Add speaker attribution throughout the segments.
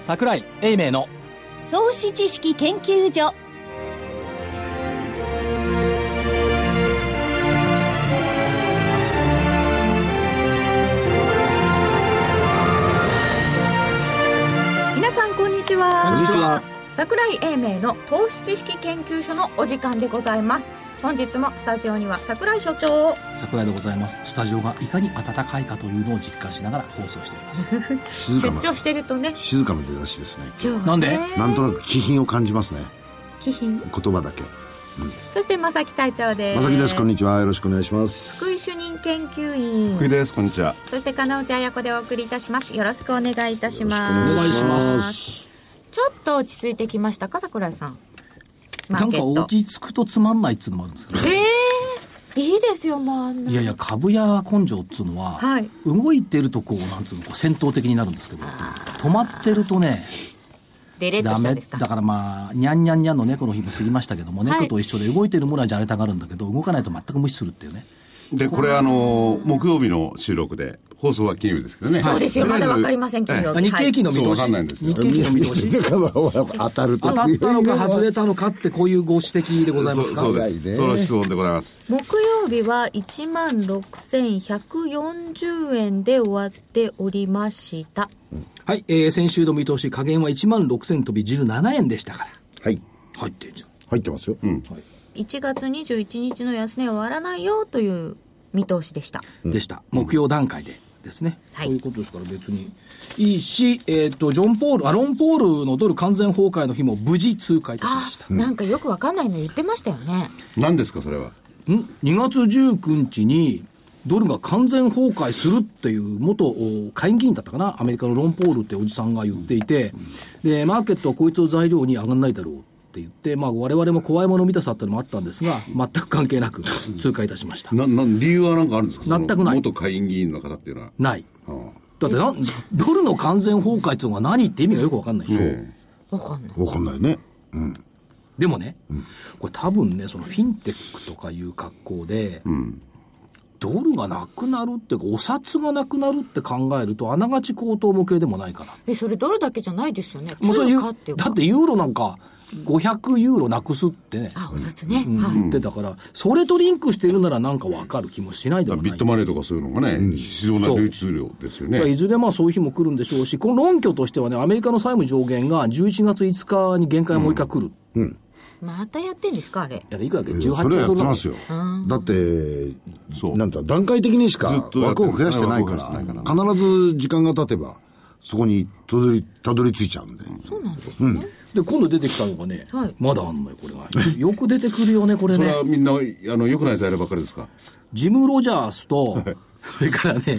Speaker 1: 桜井英明の
Speaker 2: 投資知識研究所
Speaker 3: 皆さんこんにちは
Speaker 1: こんにちは
Speaker 3: 桜井英明の投資知識研究所のお時間でございます本日もスタジオには桜井所長を
Speaker 1: 桜井でございますスタジオがいかに暖かいかというのを実感しながら放送しております
Speaker 4: 静
Speaker 3: 出
Speaker 4: かな
Speaker 3: 張してるとね
Speaker 4: 静かな出だしですね今
Speaker 3: 今日
Speaker 1: な
Speaker 3: は
Speaker 1: ん
Speaker 3: ね
Speaker 1: で
Speaker 4: 日なんとなく気品を感じますね
Speaker 3: 気品
Speaker 4: 言葉だけ
Speaker 3: そして正木隊長です
Speaker 4: まさきですこん
Speaker 3: に
Speaker 4: にちはよろしくお願いします
Speaker 3: 福井主任研究員
Speaker 5: 福井ですこんにちは
Speaker 3: そして金内彩子でお送りいたしますよろしくお願いいたします
Speaker 1: お願いします
Speaker 3: ちょっと落ち着いてきましたか桜井さんマ
Speaker 1: な
Speaker 3: ー
Speaker 1: ん
Speaker 3: ケ
Speaker 1: か
Speaker 3: ッ
Speaker 1: 落
Speaker 3: ト
Speaker 1: ち着くとつまんないっつうのもあるんですけどね
Speaker 3: ええいいですよもうあんない
Speaker 1: やいや株屋根性っつうのは、
Speaker 3: はい
Speaker 1: 動いてるとこうなんつうのこう戦闘的になるんですけど止まってるとね
Speaker 3: デレッと
Speaker 1: ダ
Speaker 3: した
Speaker 1: メ
Speaker 3: んですか
Speaker 1: だからまあにゃんにゃんにゃんの猫の日も過ぎましたけども、
Speaker 3: はい
Speaker 1: 猫と一緒で動いてるものはじゃれたがるんだけど動かないと全く無視するっていうね
Speaker 5: でこれあの木曜日の収録で放送は金曜日ですけどね
Speaker 3: そうですよまだわかりません
Speaker 5: け
Speaker 3: 金曜
Speaker 5: ど
Speaker 3: はい
Speaker 1: 日経期の見
Speaker 5: そう
Speaker 1: 通
Speaker 5: わ
Speaker 1: し、
Speaker 5: かんないんですよ
Speaker 1: 日経期の見通し
Speaker 4: 当たると
Speaker 1: 当たったのか外れたのかってこういうご指摘でござい
Speaker 5: そ
Speaker 1: ま
Speaker 5: う
Speaker 1: すか
Speaker 5: そうで
Speaker 4: 長いね
Speaker 5: すその質問でございます
Speaker 3: 木曜日は1万6140円で終わっておりました。
Speaker 1: はい、えー、先週の見通し加減は1万6000飛び17円でしたから
Speaker 4: はい
Speaker 1: 入ってんじゃん
Speaker 4: 入ってますよ、
Speaker 3: 1月21日の安値は終わらないよという見通しでした。
Speaker 1: でした、目標段階でですね、
Speaker 3: はい
Speaker 1: ということですから別にいいし、えっとジョン・ポールあロン・ポールのドル完全崩壊の日も無事通過いたしま
Speaker 3: あ
Speaker 1: した
Speaker 3: あ、なんかよくわかんないの言ってましたよね。
Speaker 5: 何ですかそれは
Speaker 1: ん2月19日にドルが完全崩壊するっていう元お会議員だったかなアメリカのロン・ポールっておじさんが言っていて、でマーケットはこいつを材料に上がんないだろうって言って、まあ、我々も怖いもの見たさってのもあったんですが全く関係なく通過いたしました、
Speaker 5: なな理由は何かあるんですかその
Speaker 1: 全くない
Speaker 5: 元下院議員の方っていうのは
Speaker 1: ない
Speaker 5: あ
Speaker 1: だってなドルの完全崩壊っていうのが何って意味がよく分かんないでしょ、
Speaker 5: え
Speaker 3: わかんない。
Speaker 4: わかんないね
Speaker 1: でもね、これ多分ね、そのフィンテックとかいう格好で、ドルがなくなるっていうか、お札がなくなるって考えると、あながち高騰模型でもないかな。
Speaker 3: え、それドルだけじゃないですよね。
Speaker 1: うそれ
Speaker 3: 通
Speaker 1: ユ
Speaker 3: 貨っていう
Speaker 1: だ
Speaker 3: か
Speaker 1: っ。てユーロなんか、500ユーロなくすってね、
Speaker 3: あ、お札ね。
Speaker 1: うん
Speaker 3: はい。
Speaker 1: 言ってたから、それとリンクしてるならなんかわかる気もしないで
Speaker 5: だ
Speaker 1: も
Speaker 5: か
Speaker 1: な
Speaker 5: らビ
Speaker 1: い
Speaker 5: ット。マネーとかそういうのがね、必要な流通量ですよ
Speaker 1: いやい
Speaker 5: ね
Speaker 1: ずれまあそういう日も来るんでしょうし、この論拠としてはね、アメリカの債務上限が11月5日に限界もう一回来る。
Speaker 3: またやってんですかあれ。
Speaker 1: いや、いくらだっけ
Speaker 4: そ
Speaker 1: ?18
Speaker 4: れはや
Speaker 1: 兆ドル
Speaker 4: って
Speaker 1: だ
Speaker 4: ま
Speaker 1: もん
Speaker 4: すよ
Speaker 3: うん
Speaker 4: だって
Speaker 5: そう
Speaker 4: なんだ段階的にしか
Speaker 5: ずっとやって
Speaker 4: 枠
Speaker 5: る
Speaker 4: を増やしてないか
Speaker 5: 枠を増やしてないから
Speaker 4: 必ず時間が経てばそこにたどりたどり着いちゃうんで
Speaker 3: そうなんですね。
Speaker 1: で今度出てきたのがね、
Speaker 3: はい
Speaker 1: まだあんのよこれがよく出てくるよねこれ
Speaker 5: そ
Speaker 1: ね
Speaker 5: れはみんなあの良くない材料ばっかりですか
Speaker 1: ジム・ロジャースとそれからね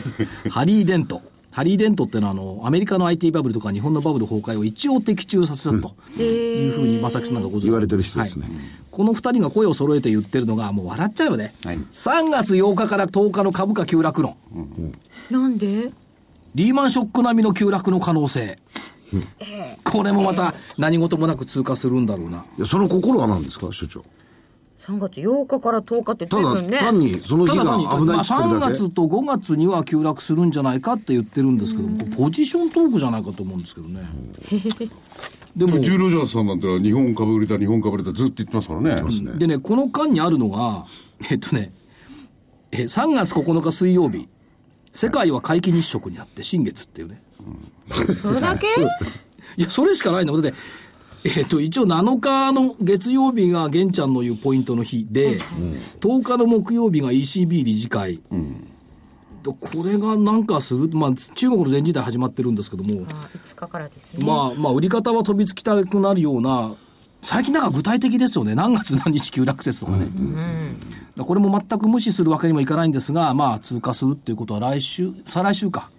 Speaker 1: ハリー・デントハリー・デントってのはあのアメリカの IT バブルとか日本のバブル崩壊を一応的中させたというふうに正木さんなんかご存知
Speaker 4: 言われてる人ですね
Speaker 1: はいこの二人が声を揃えて言ってるのがもう笑っちゃうよね、3月8日から10日の株価急落論
Speaker 3: なんで
Speaker 1: リーマンショック並みの急落の可能性これもまた何事もなく通過するんだろうない
Speaker 4: やその心は何ですか所長
Speaker 3: ?3 月8日から10日って
Speaker 4: た
Speaker 3: 随
Speaker 4: だ、
Speaker 3: 分ね。
Speaker 4: 単にその
Speaker 1: た
Speaker 4: 日
Speaker 1: だ
Speaker 4: が
Speaker 1: 何
Speaker 4: 危ないっつって
Speaker 1: ま
Speaker 4: る
Speaker 1: あ3
Speaker 4: だけ
Speaker 1: 月と5月には急落するんじゃないかって言ってるんですけども、これポジショントークじゃないかと思うんですけど ね。でも、
Speaker 5: ジューロジャースさんなんてのは日本株売りだ日本株売りだずっと言ってますからね
Speaker 1: でね、この間にあるのが、えっとね、え3月9日水曜日、世界は皆既日食にあって、新月っていうね。
Speaker 3: それだけ
Speaker 1: いや、それしかないの。だって、えっ、と、一応7日の月曜日が玄ちゃんの言うポイントの日で、10日の木曜日が ECB 理事会。とこれがなんかする、まあ、中国の全人代始まってるんですけども、
Speaker 3: あ5日からですね。
Speaker 1: まあ、まあ、売り方は飛びつきたくなるような、最近なんか具体的ですよね。何月何日急落説とかね。だこれも全く無視するわけにもいかないんですが、まあ、通過するっていうことは来週、再来週か。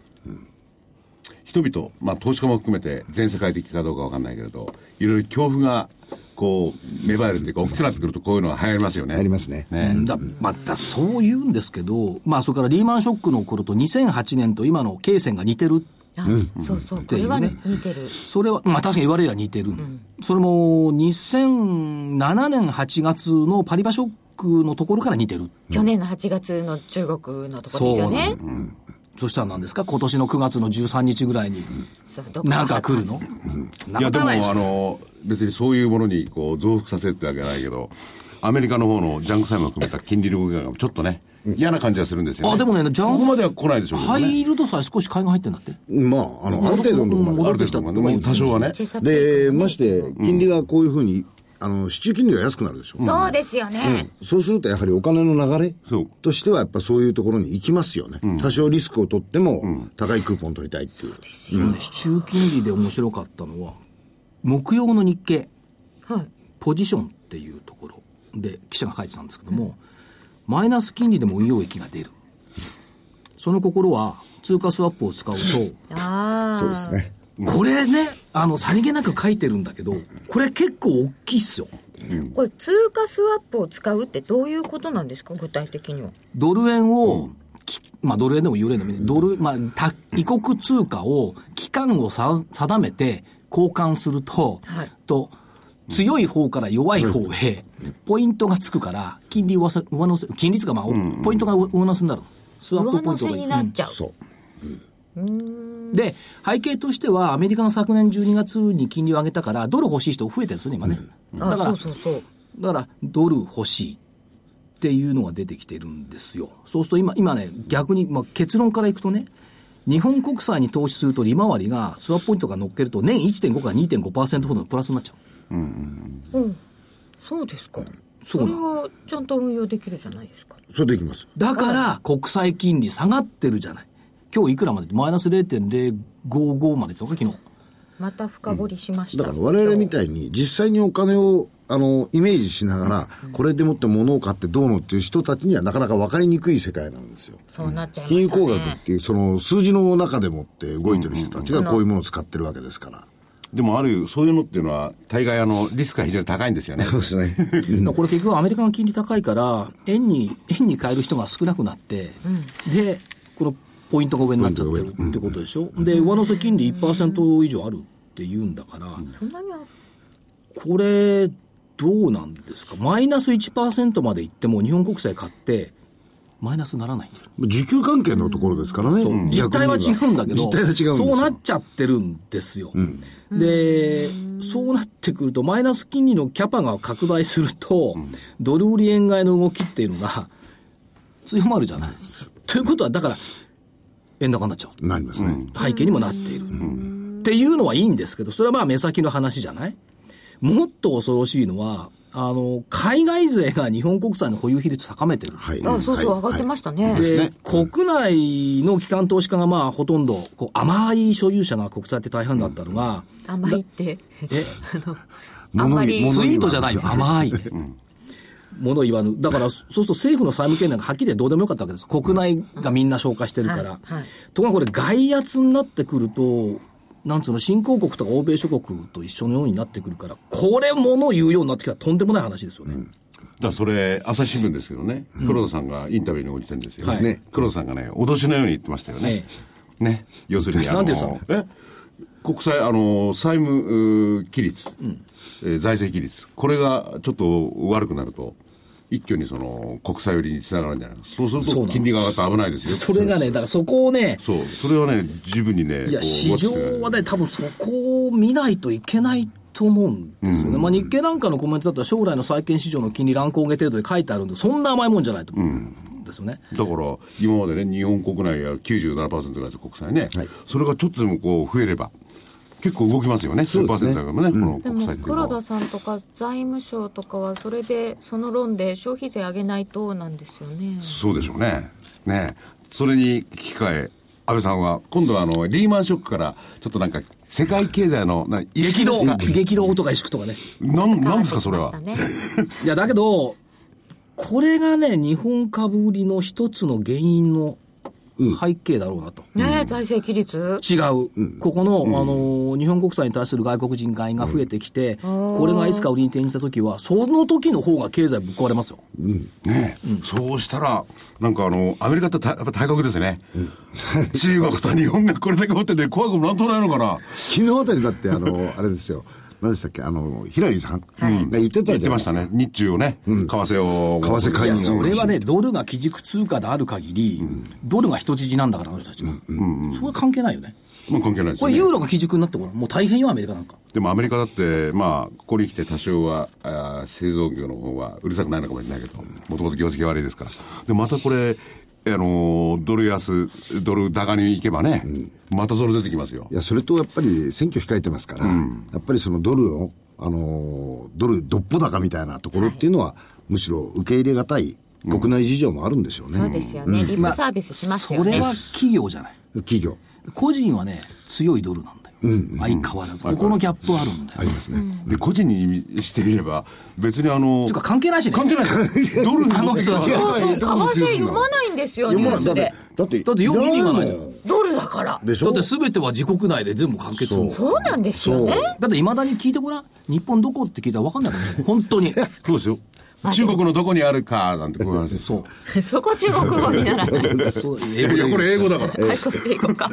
Speaker 5: 人々、まあ、投資家も含めて全世界的かどうかわかんないけれどいろいろ恐怖がこう芽生えるというか大きくなってくるとこういうのは流行りますよね
Speaker 4: やりますね
Speaker 5: ね
Speaker 1: だまたそう言うんですけど、まあ、それからリーマンショックの頃と2008年と今の経線が似てる、
Speaker 3: あそうそう、こ
Speaker 1: てい
Speaker 3: れ
Speaker 1: う
Speaker 3: は
Speaker 1: ね
Speaker 3: ね似てる。
Speaker 1: それは、まあ、確かに言われりゃ似てる、それも2007年8月のパリバショックのところから似てる、
Speaker 3: 去年の8月の中国のとこですよね。
Speaker 1: そしたら何ですか今年の9月の13日ぐらいに、
Speaker 3: どこ
Speaker 1: なんか来るの
Speaker 5: いや
Speaker 1: んか
Speaker 5: で
Speaker 1: 来
Speaker 5: も
Speaker 1: ない
Speaker 5: あの別にそういうものにこう増幅させるってわけじゃないけどアメリカの方のジャンク債務を含めた金利の動きがちょっとね嫌な感じがするんですよ、ね、
Speaker 1: あでもねジャンク
Speaker 5: ここまでは来ないでしょうけど
Speaker 1: ハ
Speaker 5: ね、
Speaker 1: イイールド債少し買いが入ってんだって。
Speaker 4: まあ、あの、ある程度のところまで
Speaker 5: ある程度までもう多少はね
Speaker 4: で、まして、金利がこういうふうに、あの、市中金利が安くなるでしょ。
Speaker 3: そうですよね。
Speaker 4: そうすると、やはりお金の流れ
Speaker 5: そう
Speaker 4: としては、やっぱそういうところに行きますよね。多少リスクを取っても、高いクーポン取りたいっていう。
Speaker 1: 市中金利で面白かったのは、木曜の日経、
Speaker 3: はい。
Speaker 1: ポジションっていうところで記者が書いてたんですけども、マイナス金利でも運用益が出る。その心は、通貨スワップを使うと、
Speaker 3: ああ。
Speaker 4: そうですね。
Speaker 1: これね、あの、さりげなく書いてるんだけど、これ結構大きいっすよ。
Speaker 3: これ通貨スワップを使うってどういうことなんですか具体的には。
Speaker 1: ドル円を、きまあドル円でもユーロ円でもいい、ドル、まあ他、異国通貨を、期間をさ定めて交換すると、
Speaker 3: はい
Speaker 1: と、強い方から弱い方へ、ポイントがつくから、金利上せ上乗せ、金利つうか、まあ、おポイントが上上乗せになる。スワッ
Speaker 3: 上
Speaker 1: プポイ
Speaker 3: 乗
Speaker 1: ント
Speaker 3: せ
Speaker 1: がいい
Speaker 3: になっちゃう。
Speaker 4: そう。
Speaker 1: で、背景としては、アメリカの昨年12月に金利を上げたから、ドル欲しい人増えてるんですよね、今ね。だ
Speaker 3: あ
Speaker 1: から、
Speaker 3: そうそうそう。
Speaker 1: だから、ドル欲しいっていうのが出てきてるんですよ。そうすると今、今ね、逆に、まあ、結論からいくとね、日本国債に投資すると利回りが、スワップポイントが乗っけると、年1.5から2.5%ほどのプラスになっちゃう。
Speaker 3: うん。そうですか。
Speaker 1: そ
Speaker 3: そう
Speaker 1: な
Speaker 3: れ
Speaker 1: の
Speaker 3: はちゃんと運用できるじゃないですか。
Speaker 4: それでいきます。
Speaker 1: だから、国債金利下がってるじゃない。今日いくらまでマイナス0.055までとか、昨日。
Speaker 3: また深掘りしました。
Speaker 4: だから我々み
Speaker 3: い。
Speaker 4: たいに実際にお金をあのイメージしながら、これでもって物を買ってどうのっていう人たちにはなかなか分かりにくい世界なんですよ。
Speaker 3: そうなっちゃいま
Speaker 4: 金融
Speaker 3: したね。
Speaker 4: 工学っていうその数字の中でもって動いてる人たちがこういうものを使ってるわけですから。
Speaker 5: でもあるそういうのっていうのは大概あのリスクが非常に高いんです よね
Speaker 4: そうですね。
Speaker 1: だからこれ結局アメリカの金利高いから、円に、円に変える人が少なくなって、で、このポイントが上になっちゃってるってことでしょ。で、上乗せ金利1%以上あるって言うんだから、
Speaker 3: そんなにあ
Speaker 1: これ、どうなんですかマイナス1%までいっても日本国債買って、マイナスにならない。
Speaker 4: 需給関係のところですからね。逆に言え
Speaker 1: 実態
Speaker 4: ば
Speaker 1: は違うんだけど、
Speaker 4: 実態は違うんですよ。
Speaker 1: そうなっちゃってるんですよ。で、そうなってくると、マイナス金利のキャパが拡大すると、ドル売り円買いの動きっていうのが強まるじゃない。ということは、だから、円高になっちゃう。
Speaker 4: なりますね。
Speaker 1: 背景にもなっている。っていうのはいいんですけど、それはまあ目先の話じゃないもっと恐ろしいのは、あの、海外勢が日本国債の保有比率高めてる。
Speaker 4: はい。
Speaker 3: る。あ、そうそう、
Speaker 4: はい
Speaker 3: 上がってましたね。
Speaker 4: です
Speaker 1: で
Speaker 4: ね、
Speaker 1: 国内の機関投資家がまあほとんど、こう甘い所有者が国債って大半だったのが、
Speaker 3: あんまりって。
Speaker 1: え、
Speaker 4: はい物に
Speaker 3: あんまり
Speaker 1: ス
Speaker 4: 物
Speaker 1: イ
Speaker 4: に
Speaker 1: ートじゃないよ、甘いね。物言わぬ。だから、そうすると政府の債務権なんかはっきり言ってどうでもよかったわけです。国内がみんな消化してるから。
Speaker 3: はいはい
Speaker 1: ところがこれ外圧になってくると、なんつうの、新興国とか欧米諸国と一緒のようになってくるから、これもの言うようになってきたらとんでもない話ですよね。
Speaker 5: だからそれ朝日新聞ですけどね黒田さんがインタビューに応じてるんですよ、
Speaker 1: はい
Speaker 4: ですね
Speaker 5: 黒田さんがね脅しのように言ってましたよね、ね要するにあ
Speaker 1: なんで
Speaker 5: のえ国債あの債務うー規律、えー財政規律これがちょっと悪くなると一挙にその国債売りにつながるんじゃないかそうする
Speaker 1: そうな
Speaker 5: と
Speaker 1: の
Speaker 5: 金利が上がって危ないですよ
Speaker 1: それがね、だからそこをね、
Speaker 5: そうそれはね十分にね
Speaker 1: いや、
Speaker 5: こう
Speaker 1: 市場はね、多分そこを見ないといけないと思うんですよね。まあ、日経なんかのコメントだったら、将来の債券市場の金利乱高下程度で書いてあるんで、そんな甘いもんじゃないと思うんですよね。
Speaker 5: だから今までね日本国内は97%ぐらいです国債ね、それがちょっとでもこう増えれば結構動きますよね数パーセントだからねこの
Speaker 3: で
Speaker 5: 国
Speaker 3: も
Speaker 5: 債っていうの
Speaker 3: 黒田
Speaker 5: は。
Speaker 3: さんとか財務省とかはそれでその論で消費税上げないとなんですよね。
Speaker 5: そうでしょうねねそれに引き換え安倍さんは今度はあのリーマンショックからちょっとなんか世界経済のな意
Speaker 1: 激
Speaker 5: 識で
Speaker 1: 動
Speaker 5: すか、
Speaker 1: 激動とか萎縮とかね。
Speaker 5: なんなんですかそれ
Speaker 3: 上が
Speaker 5: は
Speaker 3: ってきましたね
Speaker 1: いや、だけど、これがね、日本株売りの一つの原因の背景だろうなと。
Speaker 3: ねえ、財政規律。
Speaker 1: 違う、ここの、あのー日本国債に対する外国人買いが増えてきて、これがいつか売りに転じたときは、その時の方が経済ぶっ壊れますよ。
Speaker 5: ね、そうしたらなんかあのアメリカってたやっぱ大国ですね、中国と日本がこれだけ持ってて怖くもなんともないのかな
Speaker 4: 昨日あたりだって、あの、あれですよ。何でしたっけ、あの、ヒラリーさんが言ってた
Speaker 5: 言っ
Speaker 4: じゃ
Speaker 5: て
Speaker 4: ない
Speaker 5: ま
Speaker 4: で
Speaker 5: し
Speaker 4: す
Speaker 5: た
Speaker 4: か。
Speaker 5: ね。日中をね、為替を。
Speaker 4: 為替介
Speaker 1: い
Speaker 4: 入
Speaker 1: や、
Speaker 4: うん
Speaker 1: それはね、ドルが基軸通貨である限り、ドルが人質なんだから、あの人たちは。それは関係ないよね。
Speaker 5: もう関係ないです
Speaker 1: こ
Speaker 5: よ
Speaker 1: れ、
Speaker 5: ね
Speaker 1: ユーロが基軸になってごらん。もう大変よ、アメリカなんか。
Speaker 5: でもアメリカだって、まあ、ここに来て多少は、あー製造業の方はうるさくないのかもしれないけど、もともと業績が悪いですから。で、またこれ、あのードル安、ドル高に行けばね、またそれ出てきますよ
Speaker 4: い。や、それとやっぱり選挙控えてますから、やっぱりそのドルの、あのードルどっぽ高みたいなところっていうのは、むしろ受け入れがたい国内事情もあるんでしょうね。
Speaker 3: そうですよね。リップサービスします
Speaker 1: そ
Speaker 3: よね。
Speaker 1: れは企業じゃない。
Speaker 4: 企業。
Speaker 1: 個人はね、強いドルなんだよ。相変わらず。ここのギャップはあるんだよ。
Speaker 4: ありますね。
Speaker 5: で、個人にしてみれば、別にあの
Speaker 1: ちゅうか関係ないしね。
Speaker 5: 関係ないですよドル
Speaker 1: あの人たち
Speaker 3: そうそう、為
Speaker 5: ドルの
Speaker 3: 替
Speaker 5: 強さ
Speaker 3: 読まないんですよ、
Speaker 4: い
Speaker 3: ニ
Speaker 4: や
Speaker 3: ュ
Speaker 4: ま
Speaker 3: ー
Speaker 4: あ
Speaker 3: ス
Speaker 4: だって
Speaker 3: で。、
Speaker 4: だって、
Speaker 1: だってよく見に行かないじゃん
Speaker 4: らもん
Speaker 3: ドルだから。
Speaker 4: でし
Speaker 1: だっ
Speaker 4: ょ
Speaker 1: て全ては自国内で全部完結
Speaker 4: そう
Speaker 3: そうなんですよね。
Speaker 1: だっていまだに聞いてごらん。日本どこって聞いたら分かんないからね本当に。
Speaker 5: そうですよ。中国のどこにあるか、なんてこういう話です。
Speaker 1: そう。
Speaker 3: そこ中国語にならない。
Speaker 1: そう
Speaker 5: い
Speaker 1: 英
Speaker 5: や
Speaker 1: 語
Speaker 5: いや、
Speaker 1: で
Speaker 5: これ英語だから。
Speaker 3: 外国英語か。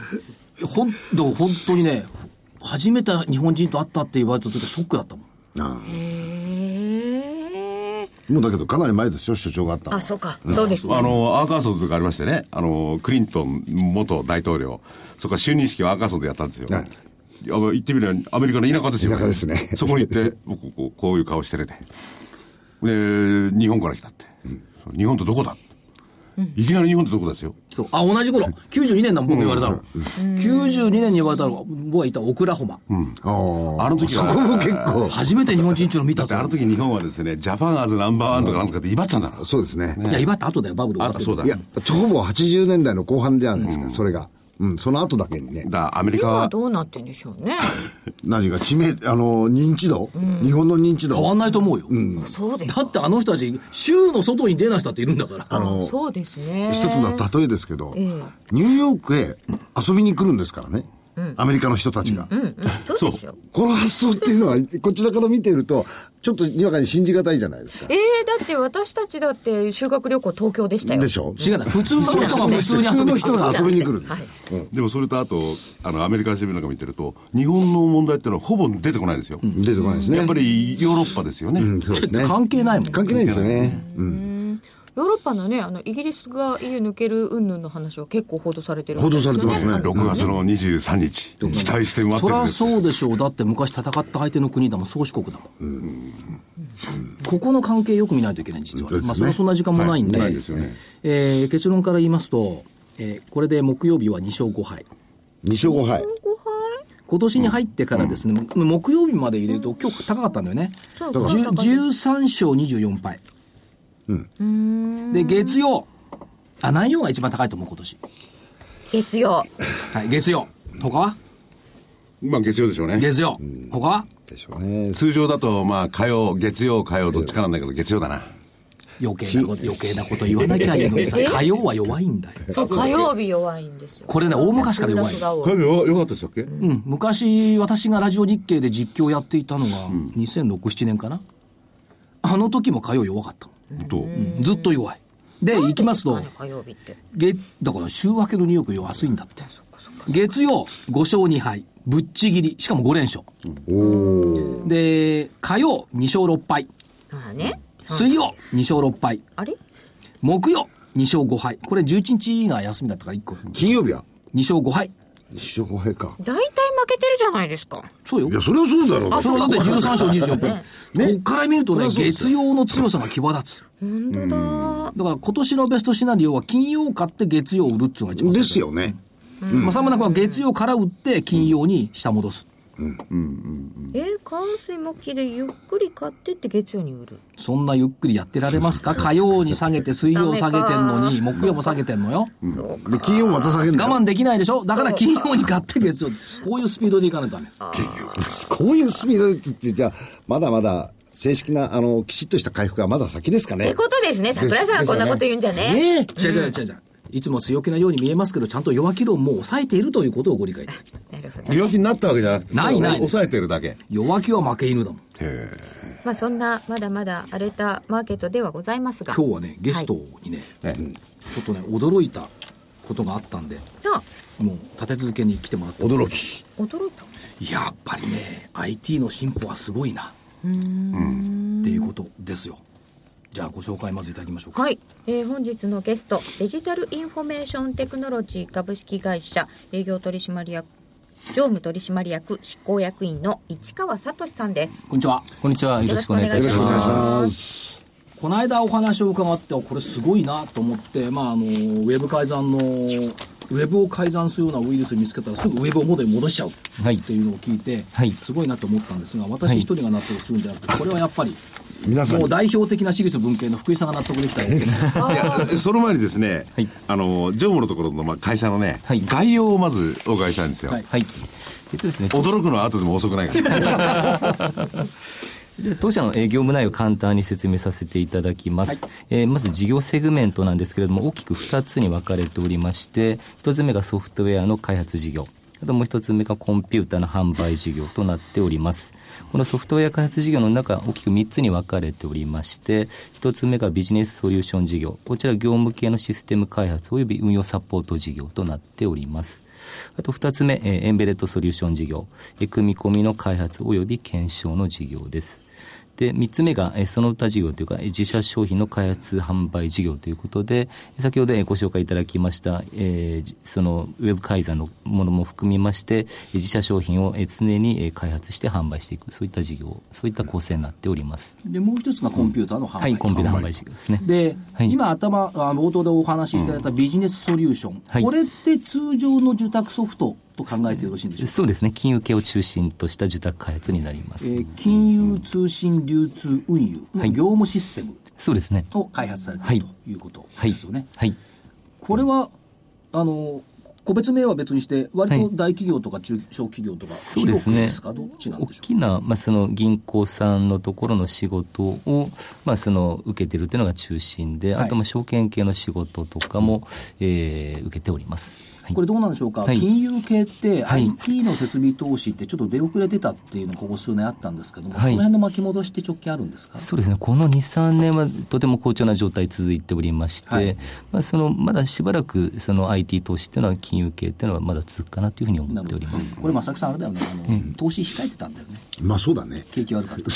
Speaker 1: ほん、でも本当にね、初めて日本人と会ったって言われた時はショックだったもん。
Speaker 4: あ
Speaker 3: へえ。
Speaker 4: あもうだけどかなり前ですよ、主張があったの
Speaker 3: あ、そうか。そうです
Speaker 5: あ
Speaker 3: ね。
Speaker 5: の、アーカンソーとかありましてね、あの、クリントン元大統領、そこから就任式をアーカンソーでやったんですよ。
Speaker 4: はい
Speaker 5: いや言ってみれば、アメリカの田舎ですよ。
Speaker 4: 田舎ですね
Speaker 5: そこに行って、僕、こうこういう顔してるで。で、日本から来たって。そう日本とどこだ、いきなり日本とどこですよ。
Speaker 1: そう。あ、同じ頃。92年だもん、僕言われたの。92年に言われたの、僕がいたオクラホマ。
Speaker 4: ああ
Speaker 5: あの時
Speaker 4: そ
Speaker 5: は
Speaker 4: こも結構。
Speaker 1: 初めて日本人っていうの見た
Speaker 5: で
Speaker 1: ぞ。
Speaker 5: あの時日本はですね、ジャパンアーズナンバーワンとかなんとかって威張ってたんだから。
Speaker 4: そうですね。
Speaker 1: いや、威張った後だよ、バブル終わっ
Speaker 5: あ、
Speaker 1: て
Speaker 5: そうだ。
Speaker 4: い
Speaker 5: い
Speaker 4: や
Speaker 5: や、、
Speaker 4: ほぼ80年代の後半じゃないですか、それが。うん、その後だけにね。
Speaker 5: だアメリカ
Speaker 3: 今は
Speaker 5: は、
Speaker 3: どうなってんでしょうね。
Speaker 4: 何が知名、あの、認知度、日本の認知
Speaker 1: 変わ
Speaker 4: 度。
Speaker 1: んないと思うよ。
Speaker 3: そうです
Speaker 1: だ。ってあの人たち、州の外に出ない人だっているんだから。
Speaker 4: あの、
Speaker 3: そうですね。
Speaker 4: 一つの例えですけど、ニューヨークへ遊びに来るんですからね。アメリカの人たちが。
Speaker 3: そうですよ。
Speaker 4: この発想っていうのは、こちらから見ていると、ちょっとにわかに信じがたいじゃないですか
Speaker 3: え。ー、だって私たちだって修学旅行東京でしたよ。
Speaker 4: でしょ
Speaker 1: 違うな、普通の人が普通に遊
Speaker 4: 普通
Speaker 1: び
Speaker 4: の
Speaker 1: に来
Speaker 4: 人が遊びに来るんです
Speaker 3: はい。
Speaker 5: でもそれとあと、あの、アメリカの新聞なんか見てると、日本の問題っていうのはほぼ出てこないですよ。
Speaker 4: 出てこないですね。
Speaker 5: やっぱりヨーロッパですよね。
Speaker 4: うん、そうですね。
Speaker 1: 関係ないもん。
Speaker 4: 関係ないですよね。
Speaker 3: ヨーロッパのね、あの、イギリスが EU 抜ける云々の話は結構報道されてる、
Speaker 4: 報道されてますね。
Speaker 5: 6月の23日、期待して待っ
Speaker 1: そ
Speaker 5: て
Speaker 1: り
Speaker 5: る
Speaker 1: ゃ
Speaker 5: ぜ
Speaker 1: そうでしょう。だって昔戦った相手の国だもん、宗主国だもん。ここの関係よく見ないといけない、実は。
Speaker 4: そうですね
Speaker 1: まあ、それはそんな時間もないんで。
Speaker 5: はいないですよね
Speaker 1: えー結論から言いますと、えーこれで木曜日は2勝5敗。
Speaker 4: 2勝5敗。
Speaker 1: 今年に入ってからですね、木曜日まで入れると今日高かったんだよね。
Speaker 3: そう
Speaker 1: 10 13勝24敗。で、月曜。あ、内容が一番高いと思う、今年。
Speaker 3: 月曜。
Speaker 1: はい、月曜。他は
Speaker 5: まあ月曜でしょうね。
Speaker 1: 月曜。他は
Speaker 4: でしょうね。
Speaker 5: 通常だと、まあ火曜、月曜、火曜、どっちかなんだけど、月曜だな。
Speaker 1: 余計なこと、余計なこと言わなきゃいいのにさ、火曜は弱いんだよ。
Speaker 3: そう、火曜日弱いんですよ。
Speaker 1: これね、大昔から弱い
Speaker 3: グ。ラフが多
Speaker 5: 火
Speaker 3: い
Speaker 5: 曜は良かったでしたっけ
Speaker 1: うん、昔、私がラジオ日経で実況やっていたのが、2006、7年かな。あの時も火曜弱かったも
Speaker 5: と。
Speaker 1: ん。ずっと弱い。で、行きますと、
Speaker 3: 火曜日って。
Speaker 1: 月、だから週明けのニューヨークより安いんだって。月曜、5勝2敗。ぶっちぎり。しかも5連勝。で、火曜、2勝6敗。
Speaker 3: まあね。
Speaker 1: 水曜、2勝6敗。
Speaker 3: あれ
Speaker 1: 木曜、2勝5敗。これ11日が休みだったから1個。2
Speaker 4: 金曜日は
Speaker 1: 勝5敗。
Speaker 4: 2勝5敗か。
Speaker 3: 大体負けてるじゃないですか。
Speaker 1: そうよ
Speaker 4: いや、。それはそうだろう。
Speaker 1: それだって13勝24分。
Speaker 4: ね
Speaker 1: こっから見るとね、
Speaker 4: そりゃそうです
Speaker 1: 月曜の強さが際立つ。
Speaker 3: 本当だ。
Speaker 1: だから今年のベストシナリオは金曜買って月曜売るっていうのが一番
Speaker 4: ですよね。
Speaker 1: まあ、さもなくは月曜から売って金曜に下戻す。
Speaker 3: えー、関水木金でゆっくり買ってって月曜に売る。
Speaker 1: そんなゆっくりやってられます か火曜に下げて、水曜下げてんのに、木曜も下げてんのよ。
Speaker 4: で、金曜また下げるんだよ
Speaker 1: 我慢できないでしょだから金曜に買って月曜。こういうスピードでいかないとダメ。
Speaker 4: こういうスピードでつって、じゃあ、まだまだ正式な、あの、きちっとした回復はまだ先ですか
Speaker 3: っ
Speaker 4: ね。
Speaker 3: てことですね。桜井さんがこんなこと言うんじゃね。
Speaker 4: ねえ。
Speaker 1: 違う違う違う違う。いつも強気なように見えますけど、ちゃんと弱気論も抑えているということをご理解。
Speaker 3: なるほど。
Speaker 5: 病気になったわけじゃなくて、
Speaker 1: ないない
Speaker 5: 抑えてるだけ。
Speaker 1: 弱気は負け犬だもん。
Speaker 3: まあそんな、まだまだ荒れたマーケットではございますが。
Speaker 1: 今日はね、ゲストにね、
Speaker 5: ね
Speaker 1: ちょっとね、驚いたことがあったんで、
Speaker 3: じゃあ、
Speaker 1: もう立て続けに来てもらってます
Speaker 4: 驚き。
Speaker 3: 驚いた。
Speaker 1: やっぱりね IT の進歩はすごいなっていうことですよじゃあご紹介まずいただきましょうか
Speaker 3: はい、えー本日のゲストデジタルインフォメーションテクノロジー株式会社営業取締役常務取締役執行役員の市川聡さんです
Speaker 1: こんにちは
Speaker 6: こんにちは。よろしくお願いいたし
Speaker 4: お願い
Speaker 6: ま
Speaker 4: し
Speaker 6: す。
Speaker 4: ます。
Speaker 1: この間お話を伺ってあこれすごいなと思って、まあ、あのウェブ改ざんのウェブを改ざんするようなウイルス見つけたらすぐウェブを元に戻しちゃう
Speaker 6: はい
Speaker 1: っていうのを聞いて、
Speaker 6: はい
Speaker 1: すごいなと思ったんですが私一人が納得するんじゃなくてこれはやっぱり
Speaker 4: 皆さん
Speaker 1: もう代表的な私立文系の福井さんが納得できたわけです。
Speaker 5: いやその前にですね、
Speaker 6: はい
Speaker 5: あの常務のところの、まあ、会社のね、
Speaker 6: はい
Speaker 5: 概要をまずお伺いしたいんですよ、
Speaker 1: はい
Speaker 6: はい。えっとですね、
Speaker 5: 驚くのは後でも遅くないから、
Speaker 6: で当社のえー業務内容を簡単に説明させていただきます、えーまず事業セグメントなんですけれども大きく2つに分かれておりまして1つ目がソフトウェアの開発事業あともう1つ目がコンピューターの販売事業となっておりますこのソフトウェア開発事業の中大きく3つに分かれておりまして1つ目がビジネスソリューション事業こちら業務系のシステム開発および運用サポート事業となっておりますあと2つ目、えーエンベレットソリューション事業、えー組み込みの開発及び検証の事業です。で、3つ目が、えーその他事業というか、えー自社商品の開発販売事業ということで、えー先ほどえーご紹介いただきました、えーじそのウェブ改ざんのものも含みまして、えー自社商品をえー常にえー開発して販売していく、そういった事業、そういった構成になっております。
Speaker 1: でもう一つがコンピューターの販売、
Speaker 6: はい、コンピューター販売事業ですね。
Speaker 1: で、
Speaker 6: はい
Speaker 1: 今頭あ冒頭でお話しいただいたビジネスソリューション、
Speaker 6: はい
Speaker 1: これって通常の受託ソフトと考えてよろしいんでしょうか
Speaker 6: そうですね、金融系を中心とした受託開発になりま
Speaker 1: え
Speaker 6: す。
Speaker 1: ー金融通信流通運輸の業務システム
Speaker 6: そうですね。
Speaker 1: を開発されて
Speaker 6: はいい
Speaker 1: るということ
Speaker 6: はい。
Speaker 1: ですよね。
Speaker 6: はい。
Speaker 1: これはあの個別名は別にして割と大企業とか中小企業とか
Speaker 6: そう
Speaker 1: 広く
Speaker 6: で
Speaker 1: ですす
Speaker 6: ね
Speaker 1: かどっちなん
Speaker 6: 大
Speaker 1: でしょう
Speaker 6: きな、まあ、その銀行さんのところの仕事を、まあ、その受けてるというのが中心で、
Speaker 1: はい
Speaker 6: あとまあ証券系の仕事とかも、えー受けております。はい
Speaker 1: これどうなんでしょうか、
Speaker 6: はい
Speaker 1: 金融系って
Speaker 6: はい
Speaker 1: IT の設備投資ってちょっと出遅れてたっていうのがここ数年あったんですけども、
Speaker 6: はい
Speaker 1: その辺の巻き戻しって直近あるんですか
Speaker 6: そうですね、この2、3年はとても好調な状態続いておりまして、
Speaker 1: はい
Speaker 6: まあ、そのまだしばらくその IT 投資というのは、金融系というのはまだ続くかなというふうに思
Speaker 1: な
Speaker 6: っ
Speaker 1: る
Speaker 6: て
Speaker 1: ほ
Speaker 6: おり
Speaker 1: ど
Speaker 6: ます。
Speaker 1: これ正木さんあれだよねあの、投資控えてたんだよね
Speaker 4: まあそうだね。
Speaker 1: 景気悪かった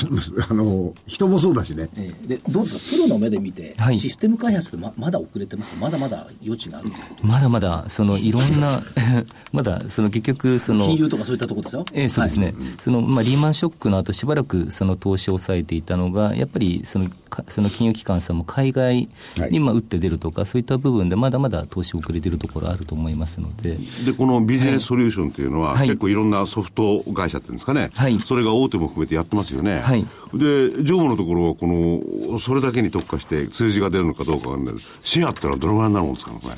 Speaker 4: あの、人もそうだしね。
Speaker 1: ええでどうですかプロの目で見て、
Speaker 6: はい
Speaker 1: システム開発ってままだ遅れてますまだまだ余地がある
Speaker 6: まだまだ、そのいろんな、 まだその結局、その。
Speaker 1: 金融とかそういったところですよ
Speaker 6: ええそうですね、そのまあ、リーマンショックの後しばらくその投資を抑えていたのが、やっぱりそのかその金融機関さんも海外
Speaker 4: はい
Speaker 6: にまあ打って出るとか、そういった部分で、まだまだ投資遅れてるところあると思いますので、
Speaker 5: でこのビジネスソリューションというのは、
Speaker 6: はい
Speaker 5: 結構いろんなソフト会社っていうんですかね、
Speaker 6: はい
Speaker 5: それが大手も含めてやってますよね、
Speaker 6: はい
Speaker 5: で常務のところはこのそれだけに特化して数字が出るのかどうかわかんないですシェアってのはどれぐらいになるもんですかねこれ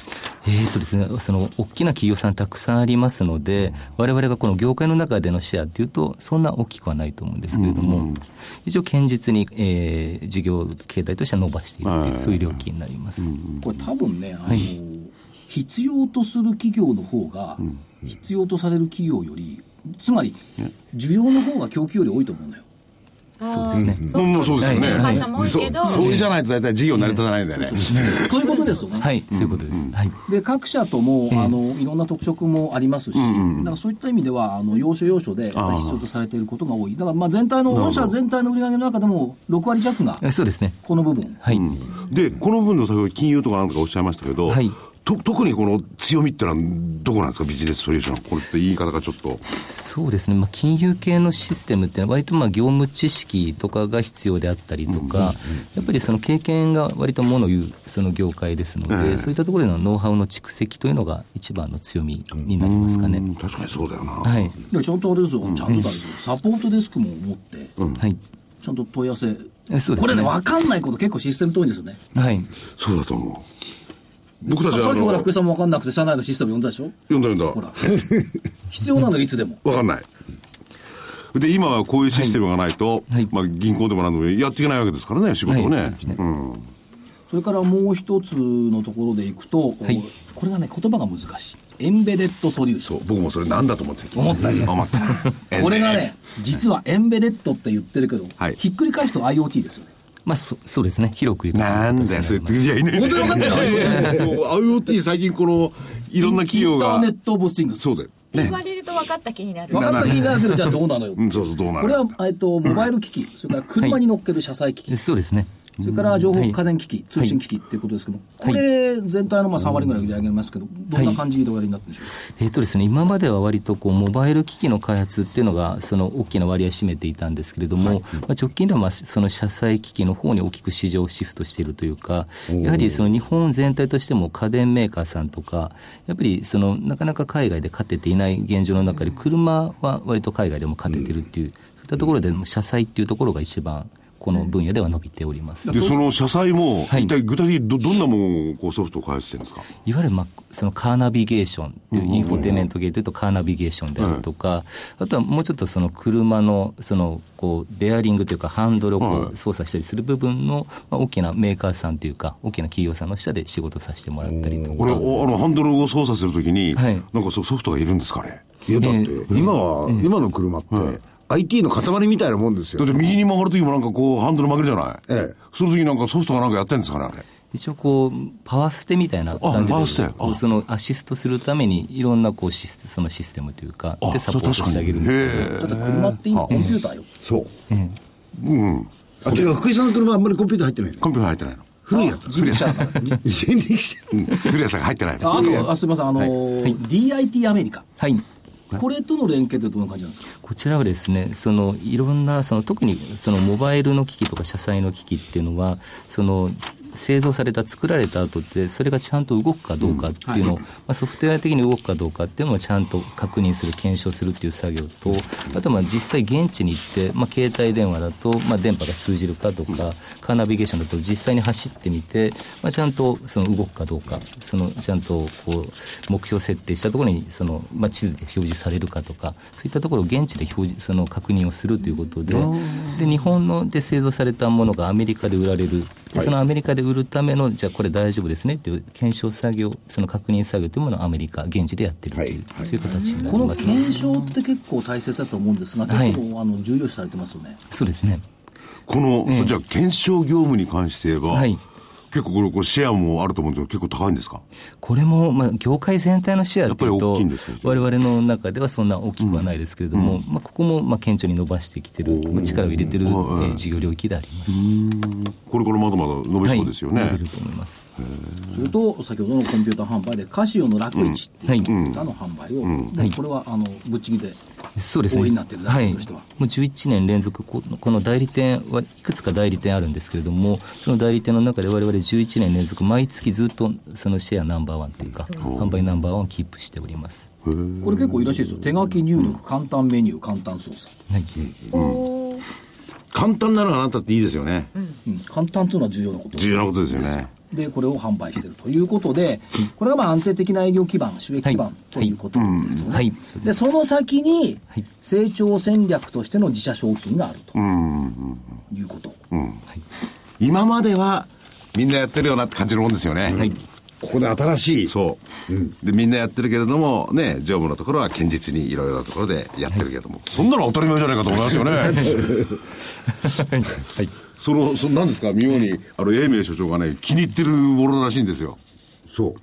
Speaker 6: えーとですね、その大きな企業さんたくさんありますので、我々がこの業界の中でのシェアっていうと、そんな大きくはないと思うんですけれども、一応、堅実に、えー事業形態としては伸ばしているという、そういう料金になります。
Speaker 1: これ多分ね、あの必要とする企業の方が、必要とされる企業より、つまり、需要の方が供給より多いと思うんだ よ。
Speaker 6: そうですね、
Speaker 5: もうもうそうですよね、
Speaker 3: 会社も多いけど、
Speaker 5: そうじゃないと大体事業成り立たないんだよね、
Speaker 1: ということですよね。
Speaker 6: はい、そういうことです。はい
Speaker 1: で各社とも、あのいろんな特色もありますし、だからそういった意味では、あの要所要所でやっぱり必要とされていることが多い、だからまあ全体の、本社全体の売り上げの中でも、6割弱が
Speaker 6: えそうですね。
Speaker 1: この部分、
Speaker 6: はい。
Speaker 5: でこの分の先ほど金融とかなんとかおっしゃいましたけど、
Speaker 6: はい
Speaker 5: と特にこの強みってのはどこなんですかビジネスソリューションこれって言い方がちょっと
Speaker 6: そうですね。まあ、金融系のシステムってのは割とまあ業務知識とかが必要であったりとか、やっぱりその経験が割ともの言うその業界ですので、そういったところでのノウハウの蓄積というのが一番の強みになりますかね。
Speaker 5: 確かにそうだよな、
Speaker 6: はい。
Speaker 1: でちゃんとあれですよ、ちゃんとあれですよサポートデスクも持って、
Speaker 6: はい。
Speaker 1: ちゃんと問い合わせ、
Speaker 6: えそうですね
Speaker 1: これね、分かんないこと、結構システム遠いんですよね。
Speaker 6: はい。
Speaker 5: そうだと思う僕たちは
Speaker 1: さ
Speaker 5: あ
Speaker 1: っきほら
Speaker 5: の
Speaker 1: 福井さんも分かんなくて社内のシステム読んだでしょ
Speaker 5: 読んだ読んだ
Speaker 1: ほら必要なのよいつでも
Speaker 5: わかんない。で、今はこういうシステムがないと、
Speaker 6: はい
Speaker 5: まあ、銀行でもなんでもやっていけないわけですからね、仕事をね。
Speaker 6: はいそうですね
Speaker 5: うん。
Speaker 1: それからもう一つのところでいくと、
Speaker 6: い
Speaker 1: これがね言葉が難しいエンベデッドソリューション
Speaker 5: 僕もそれなんだと思ってる
Speaker 1: 思ったでしょ
Speaker 5: 思った。
Speaker 1: これがね実はエンベデッドって言ってるけど、
Speaker 5: はい
Speaker 1: ひっくり返すと IoT ですよね
Speaker 6: まあ、そそうですね。広く言うと。
Speaker 5: なんだよ、それって。いや、いない。
Speaker 1: 本当に分かってない
Speaker 5: いやいやもう IoT 最近この、いろんな企業
Speaker 1: インター
Speaker 5: が
Speaker 1: ネ。ットオブスティング
Speaker 5: そうだよ。ね
Speaker 3: 言。われると分分かった気になる
Speaker 1: 分。かった気になるけど、じゃあどうなのよ。
Speaker 5: うん、そうそう、どうな
Speaker 1: これ
Speaker 5: る
Speaker 1: は、えっと、モバイル機器、それから車に乗っける車載機器、
Speaker 6: そうですね。
Speaker 1: それから情報家電機器、
Speaker 6: はい
Speaker 1: 通信機器っていうことですけども、
Speaker 6: はい
Speaker 1: これ全体のまあ3割ぐらい売り上げますけど、どんな感じで終わりになってるんでしょうか。
Speaker 6: えーとですね、今までは割とこうモバイル機器の開発っていうのがその大きな割合を占めていたんですけれども、まあ、直近ではまあその車載機器の方に大きく市場をシフトしているというかやはりその日本全体としても家電メーカーさんとかやっぱりそのなかなか海外で勝てていない現状の中で車は割と海外でも勝ててるっていう、そういったところでも車載っていうところが一番この分野では伸びております。
Speaker 5: で、その車載も、
Speaker 6: はい
Speaker 5: 一体具体的にど、どんなもんをこうソフトを開発してるんですか
Speaker 6: いわゆる、まあ、そのカーナビゲーションっていうインフォテインメント系というとカーナビゲーションであるとか、あとはもうちょっとその車のそのこうベアリングというかハンドルをこ
Speaker 5: は
Speaker 6: う
Speaker 5: い
Speaker 6: 操作したりする部分の、まあ、大きなメーカーさんというか大きな企業さんの下で仕事させてもらったりと
Speaker 5: これ、
Speaker 6: か。
Speaker 5: おあの、ハンドルを操作するときに、
Speaker 6: はい
Speaker 5: なんかそうソフトがいるんですかね
Speaker 4: いや、だって、今は、今の車って、IT の塊みたいなもんです
Speaker 5: だ
Speaker 4: よ
Speaker 5: っ。て右に曲がるときもなんかこう、ハンドル曲げるじゃない
Speaker 4: ええ
Speaker 5: そのときなんかソフトがなんかやってるんですかねあれ。
Speaker 6: 一応こうパワーステみたいな感じで
Speaker 5: パワーステあ
Speaker 6: こうそのアシストするためにいろんなこうシステそのシステムというかでサポートしてあげる
Speaker 5: へ
Speaker 1: だって
Speaker 5: え。
Speaker 1: 車って今コンピューターよ。
Speaker 4: そう。
Speaker 5: うん。
Speaker 4: あ、違う、福井さんの車あんまりコンピューター入ってないね。
Speaker 5: コンピューター入ってないの。
Speaker 4: 古いやつだ。
Speaker 1: 人力車だから
Speaker 4: 人力車。
Speaker 5: うん。古谷さんが入ってないの。
Speaker 1: ああと、あすみません、あのー、DIT アメリカ。
Speaker 6: はい
Speaker 1: これとの連携ってどんな感じなんですか
Speaker 6: こちらはですね、そのいろんなその特にそのモバイルの機器とか車載の機器っていうのはその製造された作られた後ってそれがちゃんと動くかどうかっていうのを、まあ、ソフトウェア的に動くかどうかっていうのをちゃんと確認する検証するっていう作業とあとはまあ実際現地に行って、まあ、携帯電話だと、まあ、電波が通じるかとか、カーナビゲーションだと実際に走ってみて、まあ、ちゃんとその動くかどうかそのちゃんとこう目標設定したところにその、まあ、地図で表示されるかとかそういったところを現地で表示その確認をするということでで日本ので製造されたものがアメリカで売られるでそのアメリカで売るためのじゃあこれ大丈夫ですねっていう検証作業その確認作業というものをアメリカ現地でやってるという、そういう形にな
Speaker 1: こ
Speaker 6: り
Speaker 1: の
Speaker 6: ますね。
Speaker 1: 検証って結構大切だと思うんですが、
Speaker 6: はい
Speaker 1: 結構あの重要視されてますよね。
Speaker 6: そうですね
Speaker 5: この、そうじゃあ検証業務に関して言えば、
Speaker 6: はい
Speaker 5: 結構これ、これシェアもあると思うんですけど、結構高いんですか
Speaker 6: これも、まあ、業界全体のシェアっていう
Speaker 5: やっぱり大
Speaker 6: と
Speaker 5: きいんですね、
Speaker 6: 我々の中ではそんな大きくはないですけれども、まあ、ここも、まあ、顕著に伸ばしてきてる、まあ力を入れてる、えー事業領域であります。
Speaker 5: これからまだまだ伸び
Speaker 6: はい
Speaker 5: そうですよね。
Speaker 6: 伸びると思います。
Speaker 1: それと、先ほどのコンピューター販売で、カシオの楽市っていうコンピューターの販売を、でこれはあのぶっちぎりで、
Speaker 6: そうですね。
Speaker 1: 大いになってるな
Speaker 6: はい。
Speaker 1: としては
Speaker 6: もう11年連続この、この代理店は、いくつか代理店あるんですけれども、その代理店の中で我々11年連続、毎月ずっとそのシェアナンバーワンというか、販売ナンバーワンをキープしております。
Speaker 1: これ結構いいらしいですよ。手書き入力、簡単メニュー、簡単操作。
Speaker 6: はい。
Speaker 5: 簡単なのがあなたっていいですよね。
Speaker 1: うん、簡単っていうのは重要なこと。
Speaker 5: 重要なことですよね。
Speaker 1: で、これを販売しているということで、これがまあ安定的な営業基盤、収益基盤ということですよね。
Speaker 6: はい。そうで
Speaker 1: で、
Speaker 6: す
Speaker 1: その先に
Speaker 6: はい、
Speaker 1: 成長戦略としての自社商品があるということ。
Speaker 5: 今までは、みんなやってるよなって感じるもんですよね。
Speaker 6: はい。
Speaker 4: ここで新しい。
Speaker 5: そう、で、みんなやってるけれども、ね、常務のところは堅実にいろいろなところでやってるけれども、そんなの当たり前じゃないかと思いますよね。
Speaker 6: はい。
Speaker 5: その、その、なんですか、妙に、あの、英明所長がね、気に入ってるものらしいんですよ。
Speaker 4: そう。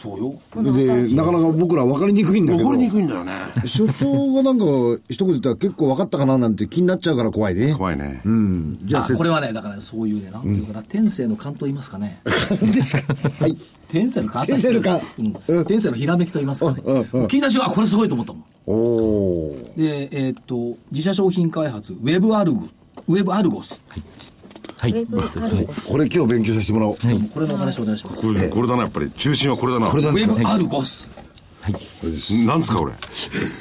Speaker 1: そうよ。
Speaker 4: で、なかなか僕ら分かりにくいんだけど。
Speaker 5: 怒りにくいんだよね。
Speaker 4: 所長がなんか、一言言ったら結構分かったかななんて気になっちゃうから怖いね。
Speaker 5: 怖いね。
Speaker 4: うん。じゃあ、
Speaker 1: あ
Speaker 4: せ
Speaker 1: これはね、だからねそういうね、なんていうかな、天性の勘と言いますかね。
Speaker 4: ですか。はい。
Speaker 1: 天性の勘
Speaker 4: 天性の勘
Speaker 1: うん
Speaker 4: うん
Speaker 1: 天性のひらめきと言いますかね。
Speaker 4: うんうんうん
Speaker 1: 聞いた瞬間、あこれすごいと思ったもん。
Speaker 4: おー。
Speaker 1: で、えーっと、自社商品開発、ウェブアルゴ、ウェブアルゴス。
Speaker 6: はい。
Speaker 3: ウェブ
Speaker 6: そうですね
Speaker 4: これ今日勉強させてもらおう。
Speaker 1: ちょっともうこれのお話をお願いします。
Speaker 5: これ、これだな、やっぱり。中心はこれだな。
Speaker 4: これだ
Speaker 1: ウェブアルゴス。
Speaker 6: はい。
Speaker 5: なんですか、これ。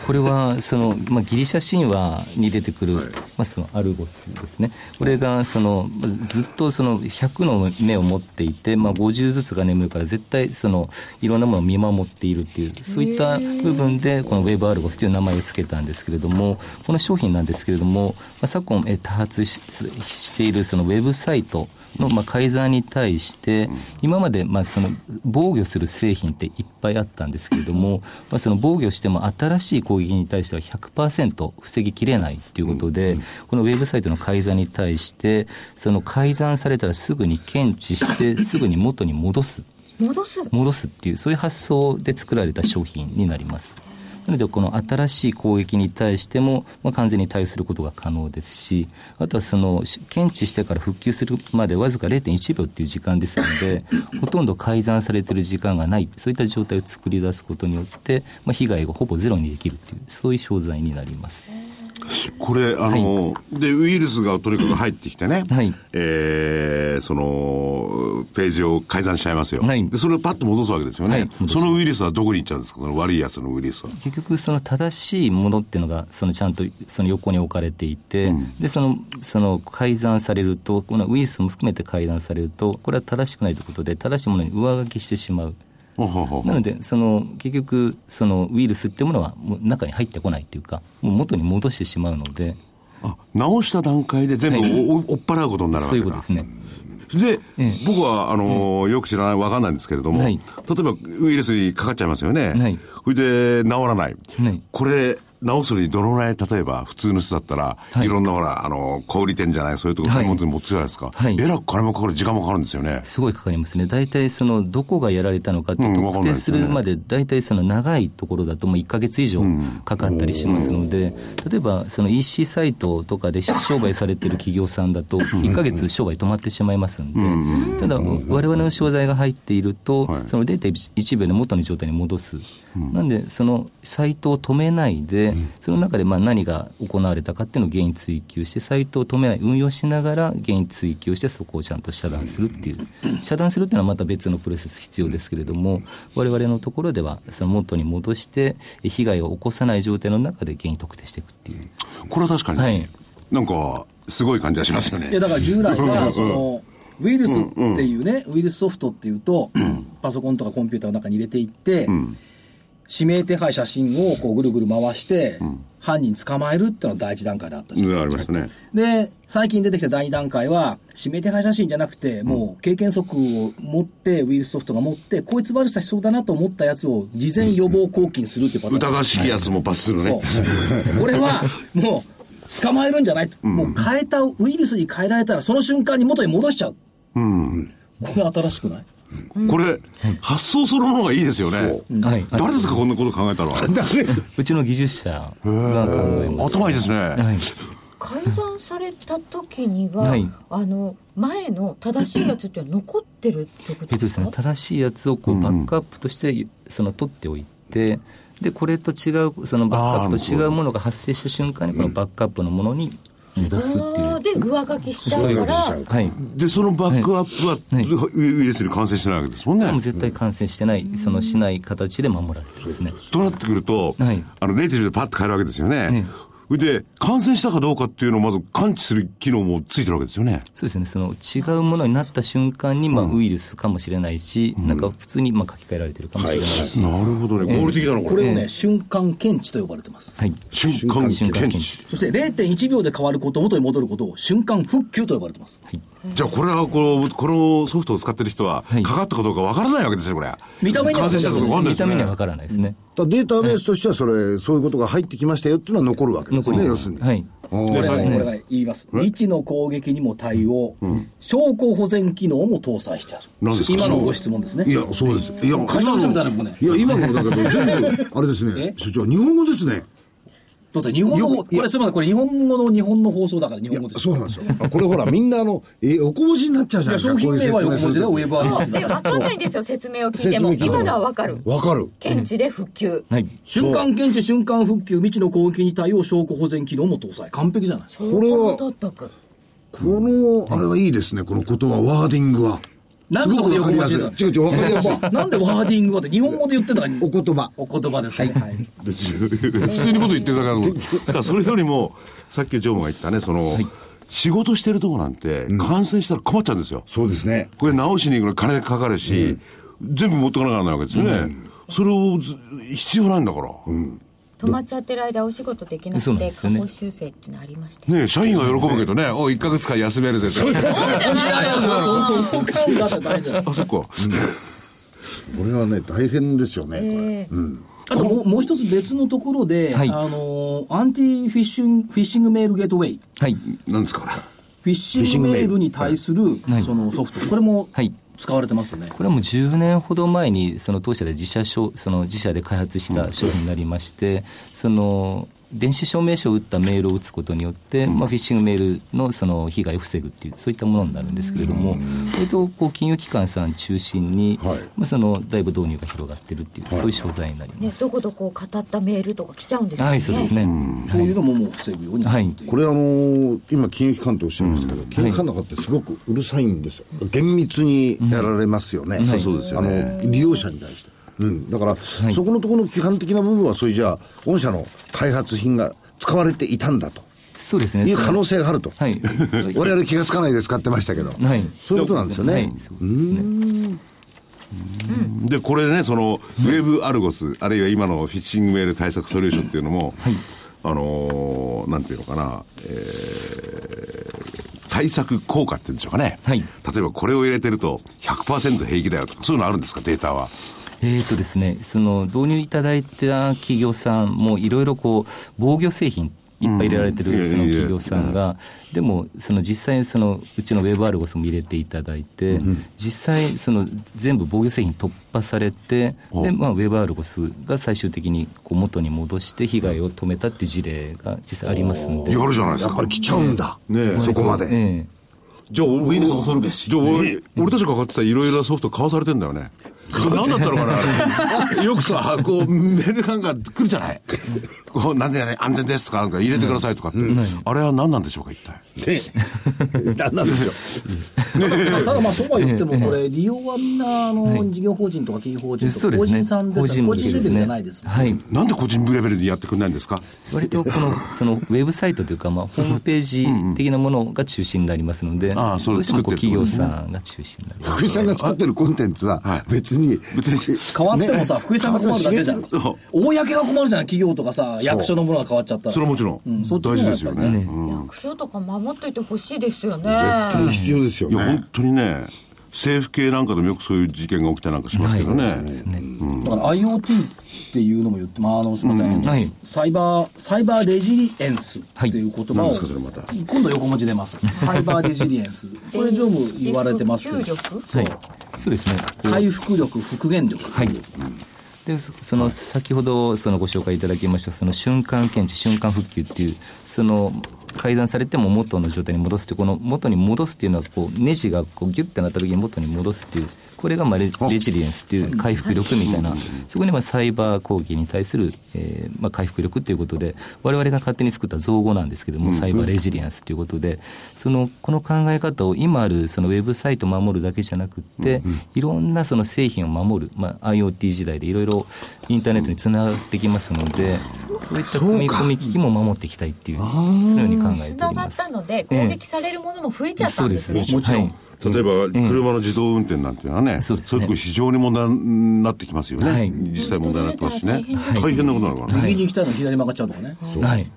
Speaker 6: これはその、まあ、ギリシャ神話に出てくる、まあ、そのアルゴスですねこれがそのまあずっとその100の目を持っていて、まあ、50ずつが眠るから絶対そのいろんなものを見守っているっていうそういった部分でこのウェブアルゴスという名前を付けたんですけれどもこの商品なんですけれども、まあ、昨今えー多発ししているそのウェブサイトのまあ改ざんに対して、今までまあその防御する製品っていっぱいあったんですけれども、まあ、その防御しても新しい攻撃に対しては100%防ぎきれないということで、このウェブサイトの改ざんに対して、その改ざんされたらすぐに検知して、すぐに元に戻す。
Speaker 3: 戻す。
Speaker 6: 戻すっていうそういう発想で作られた商品になりますなので、この新しい攻撃に対しても、まあ、完全に対応することが可能ですし、あとはその、し検知してから復旧するまでわずか0.1秒っていう時間ですので、ほとんど改ざんされてる時間がない、そういった状態を作り出すことによって、まあ、被害がほぼゼロにできるという、そういう商材になります。
Speaker 5: これ、あの、で、ウイルスがとにかく入ってきてね、
Speaker 6: はい
Speaker 5: えーその、ページを改ざんしちゃいますよ。
Speaker 6: はい
Speaker 5: で、それをパッと戻すわけですよね。
Speaker 6: はい戻す
Speaker 5: そのウイルスはどこに行っちゃうんですかその悪いやつのウイルスは。
Speaker 6: 結局その正しいものっていうのがそのちゃんとその横に置かれていて、でそのその改ざんされるとこのウイルスも含めて改ざんされるとこれは正しくないということで正しいものに上書きしてしまう。
Speaker 5: ほうほうほう
Speaker 6: なのでその結局そのウイルスっていうものはもう中に入ってこないというかもう元に戻してしまうので
Speaker 5: あ直した段階で全部おお追っ払うことになるわ
Speaker 6: そう
Speaker 5: け
Speaker 6: い
Speaker 5: だ
Speaker 6: うことですね。
Speaker 5: で、
Speaker 6: ええ
Speaker 5: 僕は、あのーよく知らない、わかんないんですけれども、
Speaker 6: はい
Speaker 5: 例えばウイルスにかかっちゃいますよね。
Speaker 6: はい
Speaker 5: それで、治らない。
Speaker 6: はい
Speaker 5: これ、治すのにどのぐらい、例えば、普通の人だったら、
Speaker 6: はい
Speaker 5: い、ろんな、ほら、あのー小売店じゃない、そういうとこ
Speaker 6: はい
Speaker 5: 専門店持ってるじゃないですか。
Speaker 6: はい
Speaker 5: えらく金もかかる、時間もかかるんですよね。
Speaker 6: すごいかかりますね、大体そのどこがやられたのかって
Speaker 5: うんわか
Speaker 6: 特
Speaker 5: んない
Speaker 6: 定
Speaker 5: です
Speaker 6: す
Speaker 5: よね
Speaker 6: るまで、大体その長いところだと、もう1か月以上かかったりしますので、例えばその EC サイトとかで商売されてる企業さんだと、1か月商売止まってしまいますんで、ただ、我々の商材が入っていると
Speaker 5: はい、
Speaker 6: その0.1秒で元の状態に戻す、なんで、そのサイトを止めないで、その中でまあ何が行われたかっていうのを原因追及して、サイトを止めない、運用しながら原因追及して、そこをちゃんと遮断するっていう、遮断するっていうのはまた別のプロセス必要ですけれども、我々のところでは、その元に戻して、被害を起こさない状態の中で原因特定していくっていう。
Speaker 5: これは確かに、
Speaker 6: はい
Speaker 5: なんか、すごい感じがしますよね。
Speaker 1: いやだから従来はそのウイルスっていうね、ウイルスソフトっていうと、パソコンとかコンピューターの中に入れていって、指名手配写真をこうぐるぐる回して、犯人捕まえるっていうのが第一段階だったじゃん
Speaker 5: うんありましたね。
Speaker 1: で、最近出てきた第2段階は、指名手配写真じゃなくて、もう経験則を持って、ウイルスソフトが持って、こいつ悪さしそうだなと思ったやつを事前予防抗菌するっていうパターン。
Speaker 5: 疑わしきやつも罰するね。
Speaker 1: そう。 これは、もう、捕まえるんじゃない、もう変えた、ウイルスに変えられたら、その瞬間に元に戻しちゃう。これ新しくない
Speaker 5: これ、発想そのものがいいですよね。
Speaker 6: はい、
Speaker 5: 誰ですか、こんなこと考えたの は。
Speaker 6: うちの技術者が考えます。
Speaker 5: 頭いいですね。
Speaker 6: はい
Speaker 3: 改ざんされた時には、
Speaker 6: はい
Speaker 3: あの前の正しいやつっていうのは残ってるってこと
Speaker 6: えっと
Speaker 3: で
Speaker 6: ですす
Speaker 3: か、
Speaker 6: ね、正しいやつをこうバックアップとしてその取っておいて、でこれと違うそのバックアップと違うものが発生した瞬間にこのバックアップのものに戻すっていう、
Speaker 3: あーで上書きしちゃうから
Speaker 4: 上書きしちゃう
Speaker 6: はい、
Speaker 5: で、そのバックアップは、
Speaker 6: はい
Speaker 5: ウイルスに感染してないわけですもんね。
Speaker 6: もう絶対感染してない、そのしない形で守られてますね。
Speaker 5: となってくると、
Speaker 6: はい
Speaker 5: あの、ネイティブでパッと変えるわけですよね
Speaker 6: ね。
Speaker 5: それで、感染したかどうかっていうのをまず感知する機能もついてるわけですよね。
Speaker 6: そうですね、その違うものになった瞬間に、まあ、ウイルスかもしれないし、なんか普通にまあ書き換えられてるかもしれないし、
Speaker 5: なるほどね。合理的だな、
Speaker 1: これをね、瞬間検知と呼ばれてます。
Speaker 6: はい、
Speaker 5: 瞬間
Speaker 6: 瞬間
Speaker 5: 検
Speaker 6: 検
Speaker 5: 知
Speaker 6: 知。
Speaker 1: そして0.1秒で変わること、元に戻ることを瞬間復旧と呼ばれてます。
Speaker 5: じゃあ、これは、この、このソフトを使ってる人は、
Speaker 6: はい
Speaker 5: かかったかどうかわからないわけですよ、これ。
Speaker 1: 見た目には
Speaker 5: 感染したかどうかわかんないで
Speaker 6: 見
Speaker 5: す
Speaker 6: た
Speaker 5: よね。
Speaker 6: 目にはわからないですね。
Speaker 4: だからデータベースとしてはそれ、そういうことが入ってきましたよっていうのは残るわけです
Speaker 6: 残り
Speaker 4: ね、
Speaker 6: ま
Speaker 4: 要
Speaker 6: す
Speaker 4: するに。
Speaker 6: はい
Speaker 4: お
Speaker 1: こ
Speaker 4: ー
Speaker 1: れがね、
Speaker 5: うん
Speaker 1: これがね、言います。未知の攻撃にも対応、証拠保全機能も搭載してある。
Speaker 5: 何ですか
Speaker 1: 今のご質問ですね。
Speaker 4: いや、そうです。いや、今
Speaker 1: 会社の人みたいなもんね
Speaker 4: いや、今のだけど、全 部、あれですね
Speaker 1: え、
Speaker 4: 所長、日本語ですね。
Speaker 1: だって日本の
Speaker 4: よく
Speaker 1: ほ、これすみません、これ日本語の日本の放送だから日
Speaker 4: いや
Speaker 1: 本語です。
Speaker 4: そうなんですよ。あこれほら、みんなあの、え、横文字になっちゃうじゃないですか。
Speaker 1: いや商品名は
Speaker 4: こういう説明す
Speaker 1: 横文字
Speaker 4: る
Speaker 1: でウェブアドレス
Speaker 3: そうで分かんないんですよ説明を聞いても
Speaker 4: 説明聞いても
Speaker 3: 今のは分かる
Speaker 4: わかる。
Speaker 3: 検知で復旧
Speaker 6: はい
Speaker 1: 瞬間検知、瞬間復旧、未知の攻撃に対応、証拠保全機能も搭載。完璧じゃない
Speaker 3: 証
Speaker 4: これ
Speaker 3: 拠
Speaker 4: は
Speaker 3: を取っとく
Speaker 4: この、あれはいいですね、この言葉、ワーディングは。
Speaker 1: なんでそこで横文字
Speaker 4: す
Speaker 1: で
Speaker 4: ごくわかりやすい。違う違う、わかりやすい。
Speaker 1: なんでワーディングはって日本語で言ってんだから、
Speaker 4: お言葉。
Speaker 1: お言葉ですね。はい
Speaker 5: 普通にこと言ってるだけだと思うだからそれよりもさっきジョーが言ったねその、仕事してるとこなんて感染したら困っちゃうんですよ、
Speaker 4: そうですね。
Speaker 5: これ直しに行くの金かかるし、全部持ってかなきゃならないわけですよね、それをず必要ないんだから、
Speaker 3: 止まっちゃってる間お仕事できな
Speaker 6: そう
Speaker 3: く
Speaker 6: なん
Speaker 3: て
Speaker 6: です
Speaker 3: 過
Speaker 6: よね
Speaker 3: 去修正っていうのありましたよ
Speaker 5: ね社員が喜ぶけどね、おい1か月間休めるぜって
Speaker 1: そうそうそうそうだって大丈夫
Speaker 5: あそっか、
Speaker 4: これはね、大変ですよね、これ。
Speaker 1: あともうもう一つ別のところで、
Speaker 6: はい
Speaker 1: あのーアンティフィッシング、フィッシングメールゲートウェイ。
Speaker 6: はい
Speaker 5: なんですかこれ
Speaker 1: フィッシングメールに対する、
Speaker 6: はい
Speaker 1: そのソフト。これも
Speaker 6: はい
Speaker 1: 使われてますよね。
Speaker 6: これはもう10年ほど前にその当社で自社商その自社で開発した商品になりまして、その電子証明書を打ったメールを打つことによって、まあ、フィッシングメールのその被害を防ぐっていうそういったものになるんですけれども、えっとこう金融機関さん中心に、
Speaker 4: はい
Speaker 6: まあ、そのだいぶ導入が広がってるっていう、そういう商材になりま
Speaker 3: ね、
Speaker 6: す。
Speaker 3: どこどこを語ったメールとか来ちゃうんですよね。
Speaker 6: はい、そうですね。
Speaker 1: そういうのももう防ぐようになっている
Speaker 4: これあのー今金融機関とおっしゃいましたけど、金融機関の方ってすごくうるさいんですよ。厳密にやられますよね。
Speaker 6: はい
Speaker 5: そうですよね
Speaker 4: あの、利用者に対して。うん。だから、そこのところの基幹的な部分は、それじゃあ、御社の開発品が使われていたんだと
Speaker 6: そうですね。
Speaker 4: いう可能性 があると。
Speaker 6: はい。
Speaker 4: 我々気がつかないで使ってましたけど。
Speaker 6: はい。
Speaker 4: そういうことなんですよね。
Speaker 6: はい、そうですね。
Speaker 5: で、これね、その、ウェブアルゴス、あるいは今のフィッシングメール対策ソリューションっていうのも、あのーなんていうのかな、えー対策効果って言うんでしょうかね。
Speaker 6: はい
Speaker 5: 例えばこれを入れてると100%平気だよとか、そういうのあるんですか、データは。
Speaker 6: えーとですね、その導入いただいた企業さんもいろいろこう防御製品いっぱい入れられて
Speaker 5: うん
Speaker 6: るその企業さんが、でもその実際そのうちのウェブアルゴスも入れていただいて、実際その全部防御製品突破されて、でまあウェブアルゴスが最終的にこう元に戻して被害を止めたっていう事例が実際ありますんで。
Speaker 5: やるじゃないです
Speaker 4: やっぱ
Speaker 5: か
Speaker 4: り。来ちゃうんだ。
Speaker 5: ねえ
Speaker 4: そこまで。
Speaker 6: ええ
Speaker 5: じゃあ、ウ
Speaker 1: イルス恐るべし
Speaker 5: じゃあ、俺たちが買ってたいろいろなソフト買わされてんだよね。何だったのかなよくさ、こう、メールなんか来るじゃない。こう、なんでやね、安全ですとか、なんか入れてくださいとかって。あれは何なんでしょうか、一体。
Speaker 4: ねえ何なんでしょう。
Speaker 1: ただまあそうは言ってもこれ利用はみんなあの事業法人とか企業法人と
Speaker 6: そう
Speaker 1: か
Speaker 6: で
Speaker 1: 法
Speaker 6: すね。
Speaker 1: 人さんですから個人レベルじゃないですもんね
Speaker 6: はい。
Speaker 5: なんで個人レベルでやってくれないんですか
Speaker 6: 割とこのそのウェブサイトというか、まあ、ホームページ的なものが中心になりますので、
Speaker 5: ああそう
Speaker 6: どうしてもこ
Speaker 5: 作っ
Speaker 6: う
Speaker 5: て
Speaker 6: 企
Speaker 5: る
Speaker 6: 業さんが中心になります。
Speaker 4: 福井さんが作ってるコンテンツは、別に。
Speaker 5: 別に。
Speaker 1: 変わってもさ、福井さんが困るだけじゃん。
Speaker 5: 知れてる
Speaker 1: 公が困るじゃない、企業とかさ、役所のものが変わっちゃったら。
Speaker 5: それはもちろん、
Speaker 1: そっちの
Speaker 5: 大
Speaker 1: 方が
Speaker 5: 事
Speaker 1: やっぱりね
Speaker 5: ですよね。うん
Speaker 3: 役所とか守っといてほしいですよね。
Speaker 4: 絶対必要ですよ
Speaker 5: いや、
Speaker 4: ね。
Speaker 5: 本当にね、政府系なんかでもよくそういう事件が起きたりなんかしますけど
Speaker 6: はいそう
Speaker 5: ね
Speaker 6: で。すね
Speaker 1: だから IoT っていうのも言って、まあ、あの、すみません、
Speaker 6: はい
Speaker 1: サイバー、サイバーレジリエンスっていう言葉を、
Speaker 5: はい何ですかそれまた
Speaker 1: 今度横文字出ます。サイバーレジリエン ス。これ常務言われてますけ
Speaker 3: 吸
Speaker 1: ど、
Speaker 3: 力
Speaker 6: はい、そうですね。こう
Speaker 1: 回復力、復元力。
Speaker 6: はい。でそその先ほどそのご紹介いただきましたその瞬間検知瞬間復旧っていうその改ざんされても元の状態に戻すってこの元に戻すっていうのはこうネジがこうギュッてなった時に元に戻すっていうこれがまあレレジリエンスっていう回復力みたいなそこにまあサイバー攻撃に対するえーまあ回復力ということで我々が勝手に作った造語なんですけどもサイバーレジリエンスということでそのこの考え方を今あるそのウェブサイトを守るだけじゃなくっていろんなその製品を守る、まあ、IoT 時代でいろいろインターネットにつながってきますのでそういった組み込み機器も守っていきたいっていうそのように考え
Speaker 3: つ
Speaker 6: てお
Speaker 3: な
Speaker 6: り
Speaker 3: が
Speaker 6: ま
Speaker 3: っ
Speaker 6: す
Speaker 3: た。ので攻撃されるものも増えちゃった
Speaker 6: そうんで
Speaker 3: ですす
Speaker 6: ね
Speaker 3: ね。
Speaker 1: もちろん
Speaker 6: はい
Speaker 5: 例えば、車の自動運転なんていうのはね、
Speaker 6: そうですね
Speaker 5: れこそ非常に問題になってきますよね。
Speaker 6: はい
Speaker 5: 実際問題になってますしね。
Speaker 6: はい
Speaker 5: 大変なことになるからね。
Speaker 1: 右に行きたいの左に曲がっちゃうとかね。
Speaker 6: はい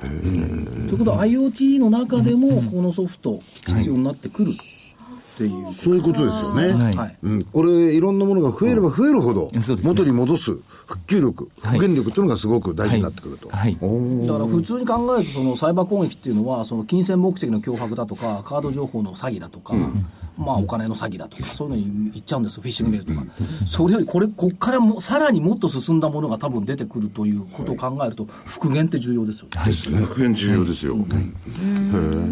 Speaker 1: ということは IoT の中でも、このソフト、必要になってくるっていう。
Speaker 4: そういうことですよね。
Speaker 6: はい
Speaker 1: はい。
Speaker 4: うん、これいろんなものが増えれば増えるほど
Speaker 6: うんそうですね
Speaker 4: 元に戻す復旧力、
Speaker 6: はい
Speaker 4: 復元力っていうのがすごく大事になってくると、
Speaker 6: はい
Speaker 4: おー
Speaker 1: だから普通に考えるとそのサイバー攻撃っていうのはその金銭目的の脅迫だとかカード情報の詐欺だとか、まあ、お金の詐欺だとかそういうのに言っちゃうんですよフィッシングメールとか、それよりこれこっからもさらにもっと進んだものが多分出てくるということを考えると復元って重要ですよね、
Speaker 5: 復元重要ですよ。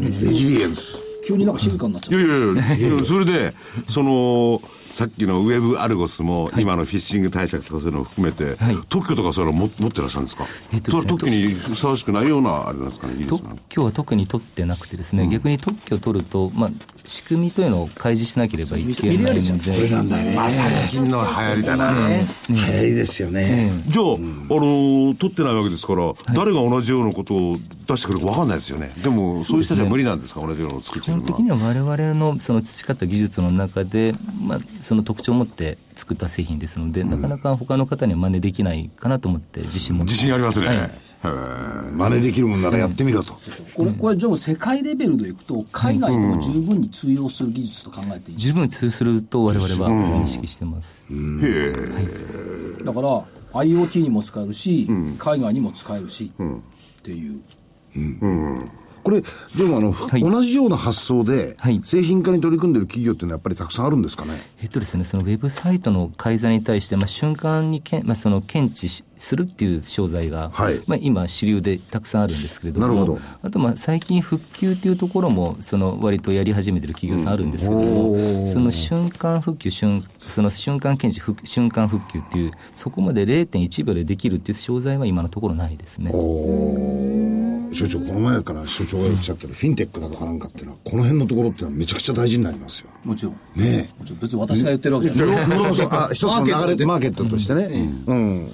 Speaker 4: レジリエンス
Speaker 1: 急になんか静かになっち
Speaker 5: い
Speaker 1: ゃ
Speaker 5: や
Speaker 1: う
Speaker 5: いやいやいや、それで、その、さっきのウェブアルゴスも、今のフィッシング対策とかそういうのを含めて、
Speaker 6: はい
Speaker 5: 特許とかそういうのも持ってらっしゃるんですか、
Speaker 6: えっとですね
Speaker 5: 特許にふさわしくないような、あれなんですかね、イギリス
Speaker 6: 特
Speaker 5: の。
Speaker 6: 許は特に取ってなくてですね、逆に特許を取ると、まあ、仕組みというのを開示しなければいけないので、
Speaker 5: まさに金の流行りだな。
Speaker 4: 流行りですよね、
Speaker 5: じゃあ、あの、取ってないわけですから、誰が同じようなことを出してくるか分かんないですよね。でも、そういう人たちは無理なんですか、同じようなのを作っ
Speaker 6: 基
Speaker 5: てるの
Speaker 6: 本的
Speaker 5: は。
Speaker 6: には我々のその培った技術の中で、まあ、その特徴を持って作った製品ですので、なかなか他の方には真似できないかなと思って自信も
Speaker 5: 自信ありますね。
Speaker 6: はい
Speaker 5: へえ
Speaker 4: 真似できるもんならやってみろと、
Speaker 1: これこれジョブ世界レベルでいくと海外でも十分に通用する技術と考えていい
Speaker 6: 十分通すると我々は認識してます、
Speaker 1: だから IoT にも使えるし、海外にも使えるし、っていう
Speaker 4: これ、でもあの、
Speaker 6: はい
Speaker 4: 同じような発想で、
Speaker 6: はい
Speaker 4: 製品化に取り組んでる企業っていうのはやっぱりたくさんあるんですかね。
Speaker 6: えっとですね、そのウェブサイトの改ざんに対して、まあ、瞬間にけん、まあ、その検知しするっていう商材が、
Speaker 4: はい
Speaker 6: まあ、今、主流でたくさんあるんですけれども、
Speaker 4: なるほど
Speaker 6: あとまあ最近、復旧っていうところも、その割とやり始めてる企業さんあるんですけども、その瞬間復旧、瞬その瞬間検知、復瞬間復旧っていう、そこまで0.1秒でできるっていう商材は今のところないですね。
Speaker 4: 所長、この前から所長が言っちゃってるフィンテックだとかなんかっていうのは、この辺のところっていうのはめちゃくちゃ大事になりますよ。
Speaker 1: もちろん。
Speaker 4: ねえ。
Speaker 1: もちろん別に私が言ってるわけじゃない。
Speaker 4: あ、一つの流れでマーケットとしてね。うん。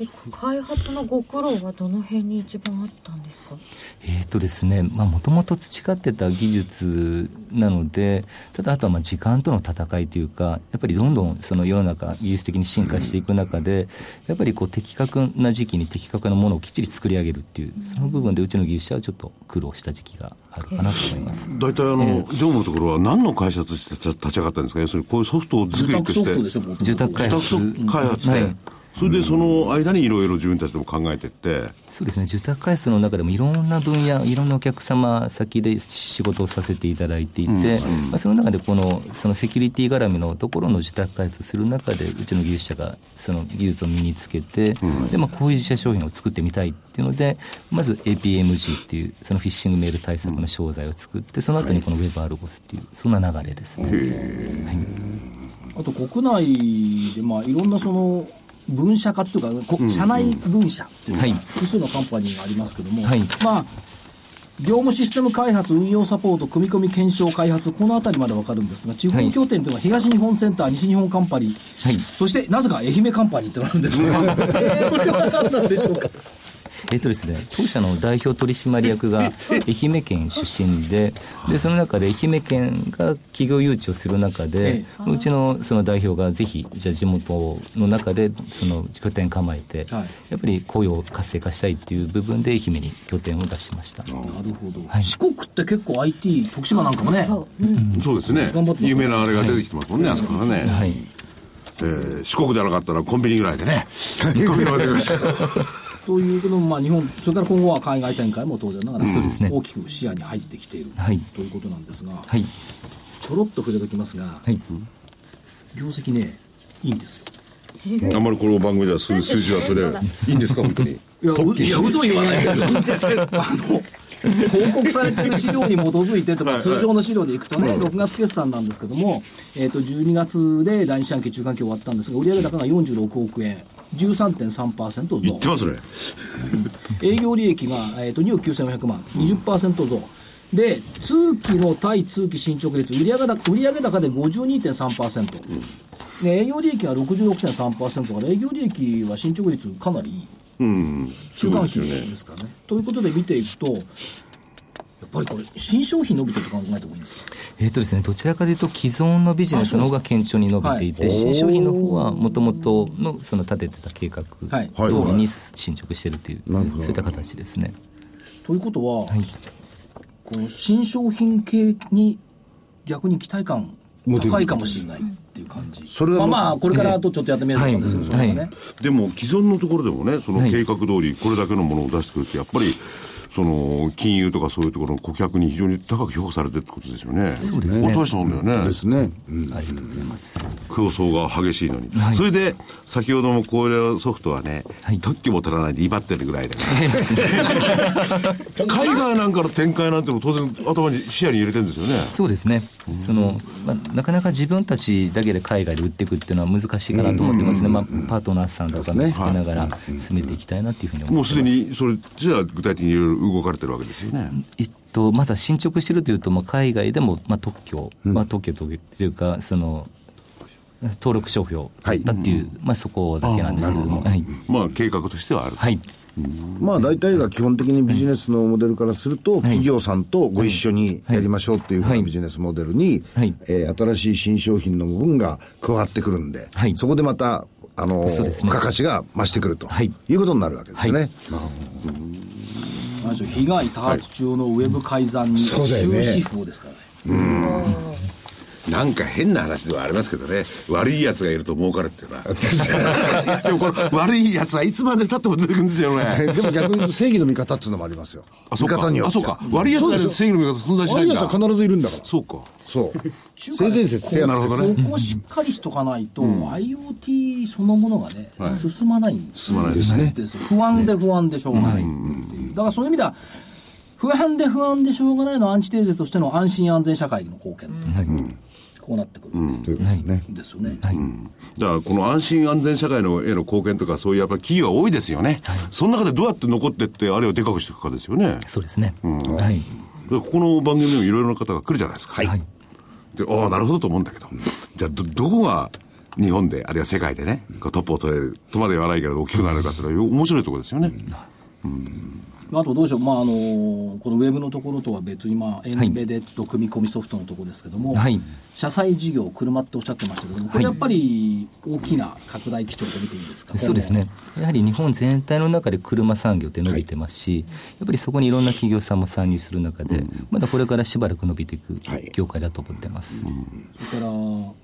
Speaker 3: え開発のご苦労はどの辺に一番あったんですか
Speaker 6: えーとですね、まあ、もともと培ってた技術なので、ただあとはまあ時間との戦いというか、やっぱりどんどんその世の中、技術的に進化していく中で、やっぱりこう的確な時期に的確なものをきっちり作り上げるっていう、その部分でうちの技術者はちょっと苦労した時期があるかなと思います。
Speaker 5: 大体あの、常務のところは何の会社として立ち立ち上がったんですか要するにこういうソフトを作
Speaker 1: 自
Speaker 5: り
Speaker 1: 宅
Speaker 5: と
Speaker 1: ソ
Speaker 5: し
Speaker 1: フ
Speaker 5: て
Speaker 1: トでしょ、もともと
Speaker 6: 住宅開
Speaker 5: 自
Speaker 6: 発
Speaker 5: 宅ソフト開発
Speaker 6: は
Speaker 5: で
Speaker 6: い
Speaker 5: それでその間にいろいろ自分たちでも考えてって
Speaker 6: そうですね住宅開発の中でもいろんな分野いろんなお客様先で仕事をさせていただいていて、まあ、その中でこのそのセキュリティ絡みのところの住宅開発をする中でうちの技術者がその技術を身につけて、でまあ、こういう自社商品を作ってみたいっていうのでまず APMG っていうそのフィッシングメール対策の商材を作ってその後にこの WebArgos っていうそんな流れですね。
Speaker 1: あと国内で、まあ、いろんなその、分社化っていうか、こ社内分社っていうか、
Speaker 6: はい
Speaker 1: 複数のカンパニーがありますけども、
Speaker 6: はい
Speaker 1: まあ、業務システム開発、運用サポート、組み込み、検証、開発、このあたりまでわかるんですが、地方拠点というのは東日本センター、西日本カンパニー、
Speaker 6: はい
Speaker 1: そしてなぜか愛媛カンパニーってなるんですが、これは何なんでしょうか。
Speaker 6: えっとですね、当社の代表取締役が愛媛県出身ででその中で愛媛県が企業誘致をする中
Speaker 1: え
Speaker 6: でうちのその代表がぜひじゃあ地元の中でその拠点構えて、
Speaker 1: はい
Speaker 6: やっぱり雇用を活性化したいっていう部分で愛媛に拠点を出しました
Speaker 1: なるほど、
Speaker 6: はい
Speaker 1: 四国って結構 IT、徳島なんかもね、
Speaker 5: そうですね
Speaker 1: 頑張ってます
Speaker 5: 有名なあれが出てきてますもんねあそこからね
Speaker 6: はい
Speaker 5: えー四国でなかったらコンビニぐらいでねコンビニまで行きました
Speaker 1: ということも、まあ、日本、それから今後は海外展開も当然ながら、
Speaker 6: そうですね
Speaker 1: 大きく視野に入ってきている、
Speaker 6: はい
Speaker 1: ということなんですが、
Speaker 6: はい
Speaker 1: ちょろっと触れときますが、
Speaker 6: はい
Speaker 1: 業績ね、いいんですよ。
Speaker 5: あんまりこの番組ではそういう数字は取れないいいんですか本当に
Speaker 1: いや、ういや嘘言わないけど、あ の、報告されてる資料に基づいてとか、通常の資料でいくとね、6月決算なんですけども、えっと、12月で第二四半期、中間期終わったんですが、売上高が46億円、13.3%
Speaker 5: 言
Speaker 1: 増
Speaker 5: って。ますね
Speaker 1: 営業利益が、えー、と2億9400万、20%増。で、通期の対通期進捗率、売上高売上高で52.3%、で営業利益が66.3%だから、営業利益は進捗率かなりいい、
Speaker 5: うん
Speaker 1: 中間期ですからねということで見ていくと、やっぱりこれ、新商品伸びてると考えた方がいいんですか
Speaker 6: えーとですね、どちらかというと既存のビジネスの方が堅調に伸びていて、
Speaker 1: はい
Speaker 6: 新商品の方はもともとのその立ててた計画
Speaker 1: はい
Speaker 6: 通りに進捗してるという、そういった形ですね。
Speaker 1: ということは、この新商品系に逆に期待感高いかもしれないっていう感じ。
Speaker 4: それは
Speaker 1: まあまあ、これからあとちょっとやってみると思うんですけど、それはね。
Speaker 5: でも既存のところでもねその
Speaker 6: はい
Speaker 5: 計画通りこれだけのものを出してくるってやっぱりその金融とかそういうところの顧客に非常に高く評価されてるってことですよねそう
Speaker 6: ですね
Speaker 5: 大したもんだよね、
Speaker 4: ですね。うん。
Speaker 6: ありがとうございます。
Speaker 5: 競争が激しいのに、
Speaker 6: はい
Speaker 5: それで先ほどもこれソフトはね、
Speaker 6: はい
Speaker 5: 特許も取らないで威張ってるぐらいだから海外なんかの展開なんても当然頭に視野に入れてるんですよね
Speaker 6: そうですね。その、まあ、なかなか自分たちだけで海外で売っていくっていうのは難しいかなと思ってますね。まあ、パートナーさんとか見つけながら進めていきたいなっていうふうに思
Speaker 5: も
Speaker 6: ってま
Speaker 5: う
Speaker 6: す。
Speaker 5: すでにそれじゃあ具体的にいろいろ動かれてるわけですよね
Speaker 6: えっと、まだ進捗してるというと、まあ、海外でも、まあ、特許、まあ、特許というか、その、登録商標だったっていう、まあ、そこだけなんですけれども、はい。
Speaker 5: まあ計画としてはある、
Speaker 6: はい。
Speaker 4: まあ大体が基本的にビジネスのモデルからすると、企業さんとご一緒にやりましょうっていうふう
Speaker 6: は
Speaker 4: ないビジネスモデルに、
Speaker 6: はい
Speaker 4: えー新しい新商品の部分が加わってくるんで、
Speaker 6: はい
Speaker 4: そこでまた、あのー、
Speaker 6: そうですね
Speaker 4: 付加価値が増してくると、
Speaker 6: はいい、
Speaker 4: うことになるわけですよね。
Speaker 6: はい
Speaker 4: まあ
Speaker 1: 何でしょう被害多発中のウェブ改ざんに
Speaker 4: そうだよ
Speaker 1: 終
Speaker 4: ね
Speaker 1: 止符をですからね。
Speaker 5: なんか変な話ではありますけどね、悪い奴がいると儲かるっていうのは。 でもこの悪い奴はいつまで経っても出てくるんですよ
Speaker 4: え
Speaker 5: ね。
Speaker 4: でも逆に言うと正義の味方っつうのもありますよ。
Speaker 5: あ、そ
Speaker 4: 味
Speaker 5: うか。
Speaker 4: 方によ
Speaker 5: あ、
Speaker 4: っちゃ
Speaker 5: そうか。悪い奴がいると正義の味方存在しな
Speaker 4: 悪
Speaker 5: い
Speaker 4: い
Speaker 5: ん
Speaker 4: 奴
Speaker 5: だ。
Speaker 4: は必ずいるんだから。
Speaker 5: そうか。
Speaker 4: そう。性善説、性悪
Speaker 5: なるほどね
Speaker 4: 説。
Speaker 1: そこをしっかりしとかないと、IoT そのものがね、進まないんです
Speaker 5: 進まないですね。
Speaker 1: です不安で不安でしょうがないっていう。だからそういう意味では、不安で不安でしょうがないのアンチテーゼとしての安心安全社会の貢献ってこうなってくるん
Speaker 4: ということですね。
Speaker 1: ですよね。
Speaker 5: だからこの安心安全社会のへの貢献とかそういうやっぱり企業は多いですよね。その中でどうやって残ってってあれをでかくしていくかですよね。
Speaker 6: そうですね。はい。
Speaker 5: でここの番組でもいろいろな方が来るじゃないですか。
Speaker 6: はい。
Speaker 5: で、ああ、なるほどと思うんだけど。じゃあ、ど、どこが日本で、あるいは世界でね、こうトップを取れる、とまではないけれど大きくなれるかっていうのは面白いところですよね。
Speaker 1: あとどうでしょう、まああのこのウェブのところとは別に、まあ、エンベデッド組み込みソフトのところですけども、
Speaker 6: はい
Speaker 1: 車載事業、車っておっしゃってましたけども、これやっぱり大きな拡大基調と見ていいですか、
Speaker 6: そうですね。やはり日本全体の中で車産業って伸びてますし、やっぱりそこにいろんな企業さんも参入する中で、まだこれからしばらく伸びていく業界だと思ってます。
Speaker 1: それから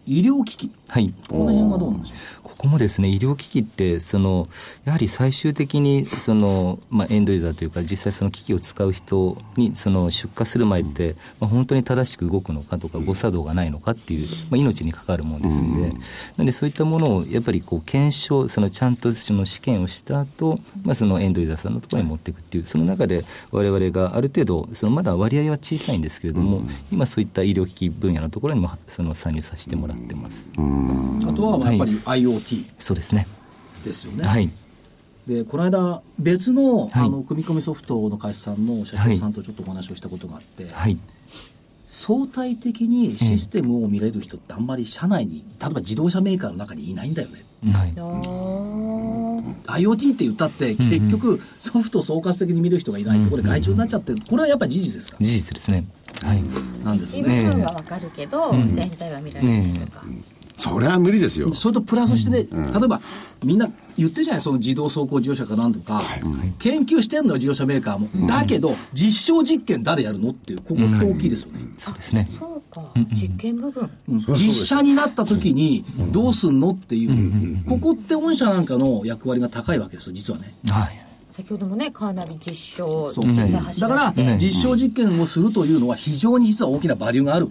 Speaker 1: 医療機器、
Speaker 6: はい。
Speaker 1: この辺はどうなんでしょ
Speaker 6: ここもですね、医療機器って、その、やはり最終的に、その、まあ、エンドユーザーというか、実際その機器を使う人に、その、出荷する前って、まあ、本当に正しく動くのかとか、誤作動がないのかっていう、まあ、命に関わるものですんで、なんでそういったものを、やっぱりこう、検証、その、ちゃんとその試験をした後、まあ、その、エンドユーザーさんのところに持っていくっていう、その中で、我々がある程度、その、まだ割合は小さいんですけれども、今そういった医療機器分野のところにも、その、参入させてもらってます。
Speaker 1: う、あとはまあやっぱり IoT
Speaker 6: そうですね。
Speaker 1: ですよね。
Speaker 6: はい。
Speaker 1: でこの間別の,、
Speaker 6: はい
Speaker 1: あの組み込みソフトの会社さんの社長さんとちょっとお話をしたことがあって、
Speaker 6: はい。
Speaker 1: 相対的にシステムを見れる人ってあんまり社内に例えば自動車メーカーの中にいないんだよね
Speaker 6: はい。
Speaker 1: IoT って言ったって結局ソフトを総括的に見る人がいないとこれ外注になっちゃってるこれはやっぱり事実ですか
Speaker 6: 事実ですね。はい。
Speaker 1: なんです
Speaker 3: 一
Speaker 1: ね
Speaker 3: 部分はわかるけど、全体は見られないとか、
Speaker 5: それは無理ですよ。
Speaker 1: それとプラスしてね、例えばみんな言ってるじゃないその自動走行自動車かなんとか、研究してんのよ自動車メーカーも、だけど実証実験誰やるのっていうここって大きいですよね、
Speaker 6: そうですね。
Speaker 3: そうか、実験部分、
Speaker 1: 実写になった時にどうすんのっていう、ここって御社なんかの役割が高いわけですよ、実はね。
Speaker 6: はい。
Speaker 3: 先ほどもねカーナビ実証
Speaker 1: そう
Speaker 3: 実際走
Speaker 1: だから
Speaker 3: らせて、
Speaker 1: 実証実験をするというのは非常に実は大きなバリューがある。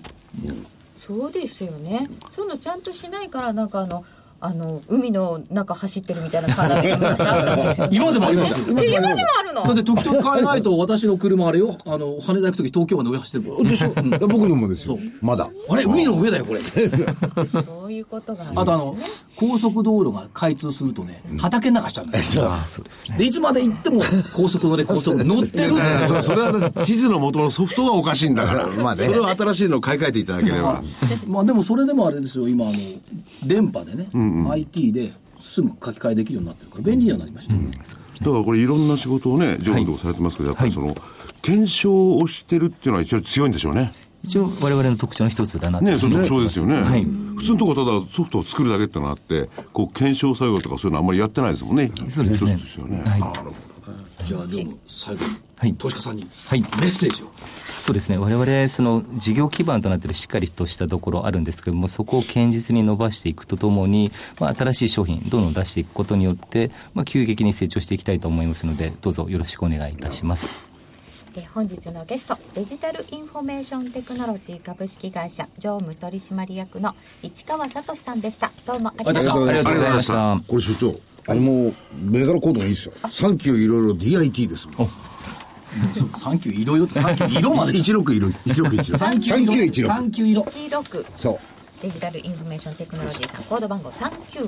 Speaker 3: そうですよねそういうのちゃんとしないからなんかあのあの海の中走ってるみたいなカーナビが昔あったんですよ ね
Speaker 1: 今でもありますよ。
Speaker 3: え今でもあるの
Speaker 1: だって時々変えないと私の車あれよ、あの、羽田行く時東京まで上走ってるもん
Speaker 4: でしょ僕のもですよ。まだ。
Speaker 1: あれ海の上だよ、これ。
Speaker 3: そういうことがある
Speaker 1: あとあの、高速道路が開通するとね、畑の中しちゃうんだよ。
Speaker 6: ああ、そうですね。
Speaker 1: で、いつまで行っても高速乗れ、高速乗ってるん だよ。
Speaker 5: そそれはだって地図の元のソフトがおかしいんだから、
Speaker 4: まあね
Speaker 5: それを新しいのを買い替えていただければ、
Speaker 1: まあでもそれでもあれですよ、今あの、電波でね、IT ですぐ書き換えできるようになってるから、便利にはなりました、
Speaker 5: だからこれいろんな仕事をね、情報のとこされてますけど、やっぱりその、検証をしてるっていうのは一応強いんでしょうね。
Speaker 6: 一応我々の特徴の一つだなと
Speaker 5: ねその特徴ですよね。
Speaker 6: はい。
Speaker 5: 普通のとこただソフトを作るだけってのがあって、こう検証作業とかそういうのあんまりやってないですもんね。
Speaker 6: そうですね
Speaker 5: 一つですよね。
Speaker 6: はい
Speaker 5: あなるほど
Speaker 1: じゃあ、でも最後に、
Speaker 6: はい
Speaker 1: 投資家さんに
Speaker 6: い
Speaker 1: メッセージを、
Speaker 6: そうですね我々その事業基盤となっているしっかりとしたところあるんですけどもそこを堅実に伸ばしていくとともに、まあ、新しい商品どんどん出していくことによって、まあ、急激に成長していきたいと思いますのでどうぞよろしくお願いいたします。
Speaker 3: えー本日のゲストデジタルインフォメーションテクノロジー株式会社常務取締役の市川聡さんでしたどうもありがとうございました
Speaker 6: ありがとうございました。
Speaker 4: これ所長、あれも、銘柄コードがいいですよ。サンキューいろいろ DIT ですもん。
Speaker 1: そうサンキューいろいろと、サンキュー色まで来た。
Speaker 4: 16いろ、1616。サンキュー
Speaker 1: サン
Speaker 4: 16。
Speaker 1: キュー色。
Speaker 3: 16
Speaker 4: そう。
Speaker 3: デジタルインフォメーションテクノロジーさんコード番号3916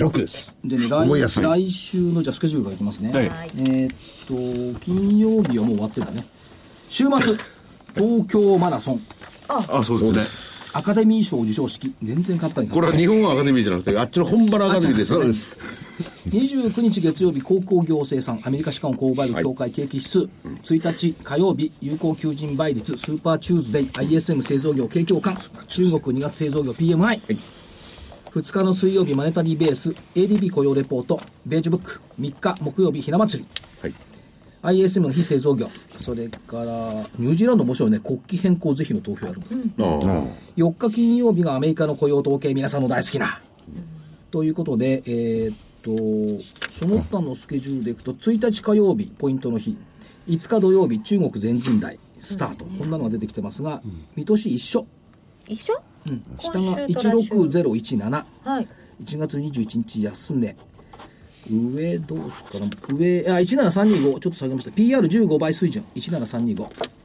Speaker 4: 16
Speaker 3: で
Speaker 4: ですす。
Speaker 1: でね、
Speaker 4: 覚え
Speaker 1: 来
Speaker 4: やすい
Speaker 1: 来週のじゃあスケジュールからいきますね。
Speaker 5: はい
Speaker 3: はい
Speaker 1: えーっと、金曜日はもう終わってんだね。週 末、東京マラソン、
Speaker 5: あ、そうですね。
Speaker 1: アカデミー賞授賞式、全然簡単に
Speaker 5: これは日本アカデミーじゃなくて、あっちの本場のアカデミーですね。
Speaker 4: そうです。
Speaker 1: 29日月曜日、高校行政産、アメリカ資本購買部協会景気指数、1日火曜日、有効求人倍率、スーパーチューズデイ、ISM 製造業景況感、中国2月製造業 PMI、2日の水曜日、マネタリーベース、ADB 雇用レポート、ベージュブック、3日木曜日、ひな祭り、 ISM の非製造業、それからニュージーランド面白いね、国旗変更是非の投票やるの、
Speaker 5: あ
Speaker 1: 4日金曜日がアメリカの雇用統計、皆さんの大好きな。ということで、えーっと、その他のスケジュールでいくと、1日火曜日、ポイントの日、5日土曜日、中国全人代、スタート、こんなのが出てきてますが、見通し一緒、
Speaker 3: 一緒
Speaker 1: うん、下
Speaker 3: 今
Speaker 1: が
Speaker 3: 週と来週
Speaker 1: 16017。
Speaker 3: はい。
Speaker 1: 1月21日安値上どうすっかな上あ17325ちょっと下げました PR15 倍水準17325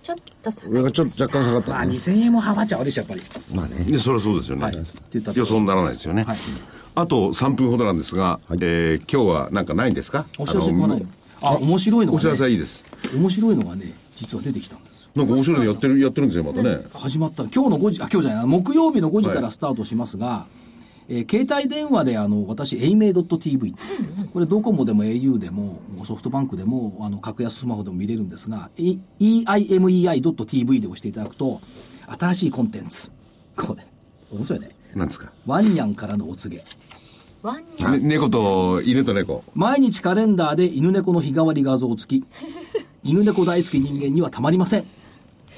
Speaker 3: ちょっと下
Speaker 4: 俺
Speaker 3: が
Speaker 4: が
Speaker 3: っ
Speaker 4: ちょっと若干下がっ
Speaker 1: ま
Speaker 4: た
Speaker 1: あ
Speaker 4: ね
Speaker 1: 2000円も幅っちゃ悪いですやっぱり
Speaker 4: まあね
Speaker 5: でそれはそうですよね、
Speaker 1: はいって言ったところ
Speaker 5: 予想にならないですよね、
Speaker 1: はい
Speaker 5: あと3分ほどなんですが、えー今日はなんかないんですか
Speaker 1: お知らせ
Speaker 5: あの
Speaker 1: もないあ面白いの
Speaker 5: お知
Speaker 1: が
Speaker 5: らせは
Speaker 1: ね
Speaker 5: いいです
Speaker 1: 面白いのがね実は出てきたんですよ
Speaker 5: なんか面白いのやってるやってるんですよまたね
Speaker 1: 始まった今日の5時あ今日じゃない木曜日の5時からスタートしますが、えー携帯電話であの私、aimei.tv、これ、ドコモでも au でもソフトバンクでもあの格安スマホでも見れるんですが、E- eimei.tv で押していただくと、新しいコンテンツ、これ、面白いね、
Speaker 5: なんですか、
Speaker 1: ワンニャンからのお告げ、
Speaker 3: ワンニ
Speaker 5: ね猫と犬と猫
Speaker 1: 毎日カレンダーで犬猫の日替わり画像付 き、犬猫大好き人間にはたまりません、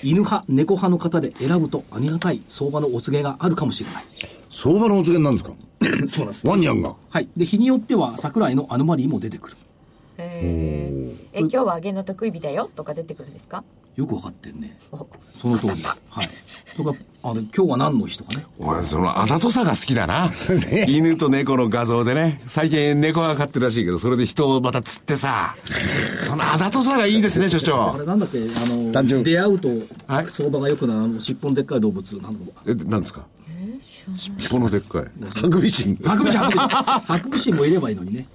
Speaker 1: 犬派、猫派の方で選ぶとありがたい相場のお告げがあるかもしれない。
Speaker 4: 相場のお告げなんですか
Speaker 1: そうなんです。
Speaker 4: ワンニャンが
Speaker 1: はい。で、日によっては桜井のアノマリーも出てくる。
Speaker 3: えー、え今日は揚げの得意日だよとか出てくるんですか
Speaker 1: よくわかってんね。
Speaker 3: お
Speaker 1: その通り。はい。とか、あの、今日は何の日とかね。
Speaker 5: 俺そのあざとさが好き だな、犬と猫の画像でね最近猫が飼ってるらしいけどそれで人をまた釣ってさそのあざとさがいいですね所
Speaker 1: あれ
Speaker 5: 長
Speaker 1: なんだっけ、あ
Speaker 4: 誕生
Speaker 1: の、
Speaker 4: 日
Speaker 1: 出会うと
Speaker 5: はい
Speaker 1: 相場が良くなる、あの、尻尾のでっかい動物、なんだか。
Speaker 5: えなんですか尻尾のでっかい
Speaker 4: ハクビシン
Speaker 1: ハクビシン、ハクビシン。ハクビシンもいればいいの にね。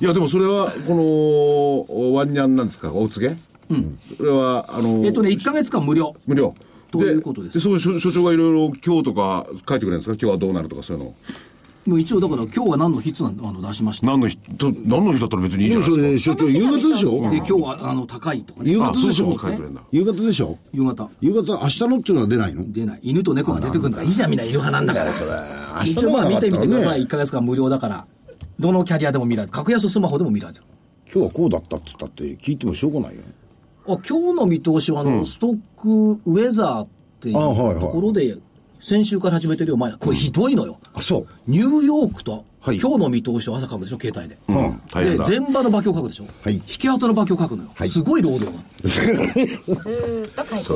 Speaker 5: いやでもそれはこのワンニャンなんですかお告げうんこれはあの
Speaker 1: えっとね、1ヶ月間無料。
Speaker 5: 無料
Speaker 1: ということです
Speaker 5: そう所所長がいろいろ今日とか書いてくれるんですか今日はどうなるとかそういうの
Speaker 1: もう一応、だから今日は何の日つなのあの出しました。
Speaker 5: 何の日と何の日だったら別にいいじ
Speaker 4: で
Speaker 5: ゃ
Speaker 4: も
Speaker 5: ない
Speaker 4: そ
Speaker 5: ですか
Speaker 4: れ所長夕方でしょ
Speaker 1: で、今日はあの、高いとかね。
Speaker 4: 夕方
Speaker 5: あそう
Speaker 4: でし
Speaker 5: そう
Speaker 4: ょ
Speaker 5: 書いてくれるんだ
Speaker 4: 夕方でしょ
Speaker 1: 夕方。
Speaker 4: 夕方明日のっていうのは出ないの
Speaker 1: 出ない。犬と猫が出てくるんだ。いいじゃん、みんな犬派なんだから。それ。
Speaker 4: 明
Speaker 1: 一応まあ見てみてください。1
Speaker 4: 今
Speaker 1: ヶ月間無料だから。どのキャリアでも見られる。格安スマホでも見られる。
Speaker 4: 日はこうだったって言ったって聞いてもしょうがないよ
Speaker 1: あ今日の見通しはあの、ストックウェザーっていう
Speaker 4: あはいはい
Speaker 1: ところで、先週から始めてるよ、前だこれひどいのよ。
Speaker 4: あそう
Speaker 1: ニューヨークと、
Speaker 4: はい
Speaker 1: 今日の見通しを朝書くでしょ、携帯で。
Speaker 5: うん大変だ
Speaker 1: で、前場の馬鏡を書くでしょ。
Speaker 4: はい
Speaker 1: 引き跡の馬鏡を書くのよ。
Speaker 4: はい
Speaker 1: すごい労働なの。
Speaker 3: ずーっと書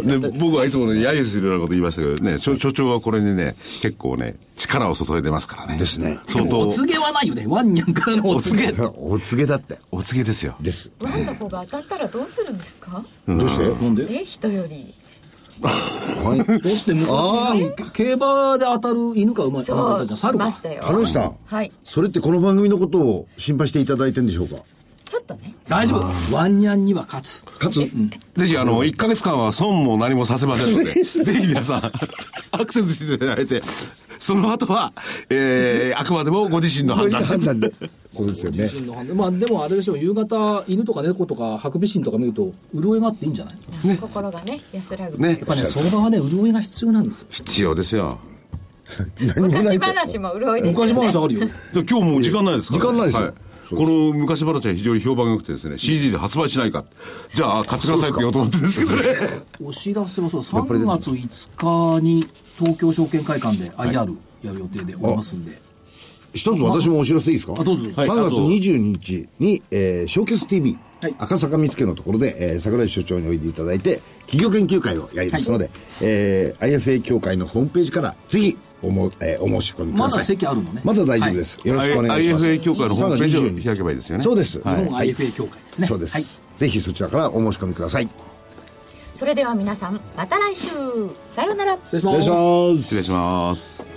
Speaker 3: いてる
Speaker 5: で僕はいつもね揶揄するようなこと言いましたけどね所所長はこれにね結構ね力を注いでますからね
Speaker 4: ですね
Speaker 5: 相当
Speaker 1: お告げはないよね。ワンニャンからのお
Speaker 5: お
Speaker 1: 告げ。
Speaker 5: 告げ
Speaker 4: お告げだって
Speaker 5: お告げですよ
Speaker 4: です
Speaker 3: ワンの方が当たったらどうするんですか
Speaker 4: どうして
Speaker 1: なんで
Speaker 3: え人より
Speaker 4: はい
Speaker 1: だって昔に競馬で当たる犬か馬か
Speaker 3: そ
Speaker 1: な
Speaker 3: う
Speaker 1: かったじゃん。猿
Speaker 3: ま
Speaker 1: か
Speaker 3: し。たよ
Speaker 4: 彼氏さん
Speaker 3: はい
Speaker 4: それってこの番組のことを心配していただいてんでしょうか
Speaker 3: ちょっとね
Speaker 1: 大丈夫。ワンニャンには勝つ。
Speaker 4: かつ
Speaker 5: ぜひあの1ヶ月間は損も何もさせませんのでぜひ皆さん アクセスしていただいてその後は、えー、あくまでもご自身の判断
Speaker 4: 判断でそうですよね
Speaker 1: 自身の判断まあでもあれでしょう、夕方、犬とか猫とか、ハクビシンとか見ると、潤いがあっていいんじゃないや
Speaker 3: 心がね安らぐ
Speaker 5: ね
Speaker 1: っぱね、相場はね、潤いが必要なんですよ。
Speaker 5: 必要ですよ
Speaker 4: 何もな
Speaker 3: 昔
Speaker 4: いと
Speaker 3: 話も潤いですよ
Speaker 1: 昔
Speaker 3: ね
Speaker 1: 話あるよ。
Speaker 5: で今日もう時間ないですから、
Speaker 4: 時間ないですよ
Speaker 5: はこの昔話は非常に評判が良くてですね、CD で発売しないか。じゃあ、買ってくださいって言おうと思ってるんですけどね。
Speaker 1: お知らせはそうだ、3月5日に東京証券会館で IR やる予定でおりますんで。
Speaker 4: 一つ私もお知らせいいですか
Speaker 1: あどうぞどうぞ
Speaker 4: 3
Speaker 5: はいあ
Speaker 4: 月
Speaker 5: と
Speaker 4: 22日に、えー、ショーケース TV、
Speaker 1: はい
Speaker 4: 赤坂見附のところで、えー、桜井所長においでいただいて企業研究会をやりますので、えー IFA 協会のホームページからぜひおも、えーお申し込みくだ
Speaker 1: ま
Speaker 4: さい
Speaker 1: だ席あるのね。
Speaker 4: まだ大丈夫です、よろしくお願いします
Speaker 5: IFA 協会のホームページを
Speaker 4: 3月22
Speaker 5: 開けばいいですよね
Speaker 4: そうです、
Speaker 1: 日本 IFA 協会ですね
Speaker 4: そうです、ぜひそちらからお申し込みください
Speaker 3: それでは皆さんまた来週さようなら
Speaker 1: 失礼し
Speaker 4: 失
Speaker 1: ま
Speaker 4: 礼
Speaker 1: す
Speaker 4: し。ます
Speaker 5: 失礼します。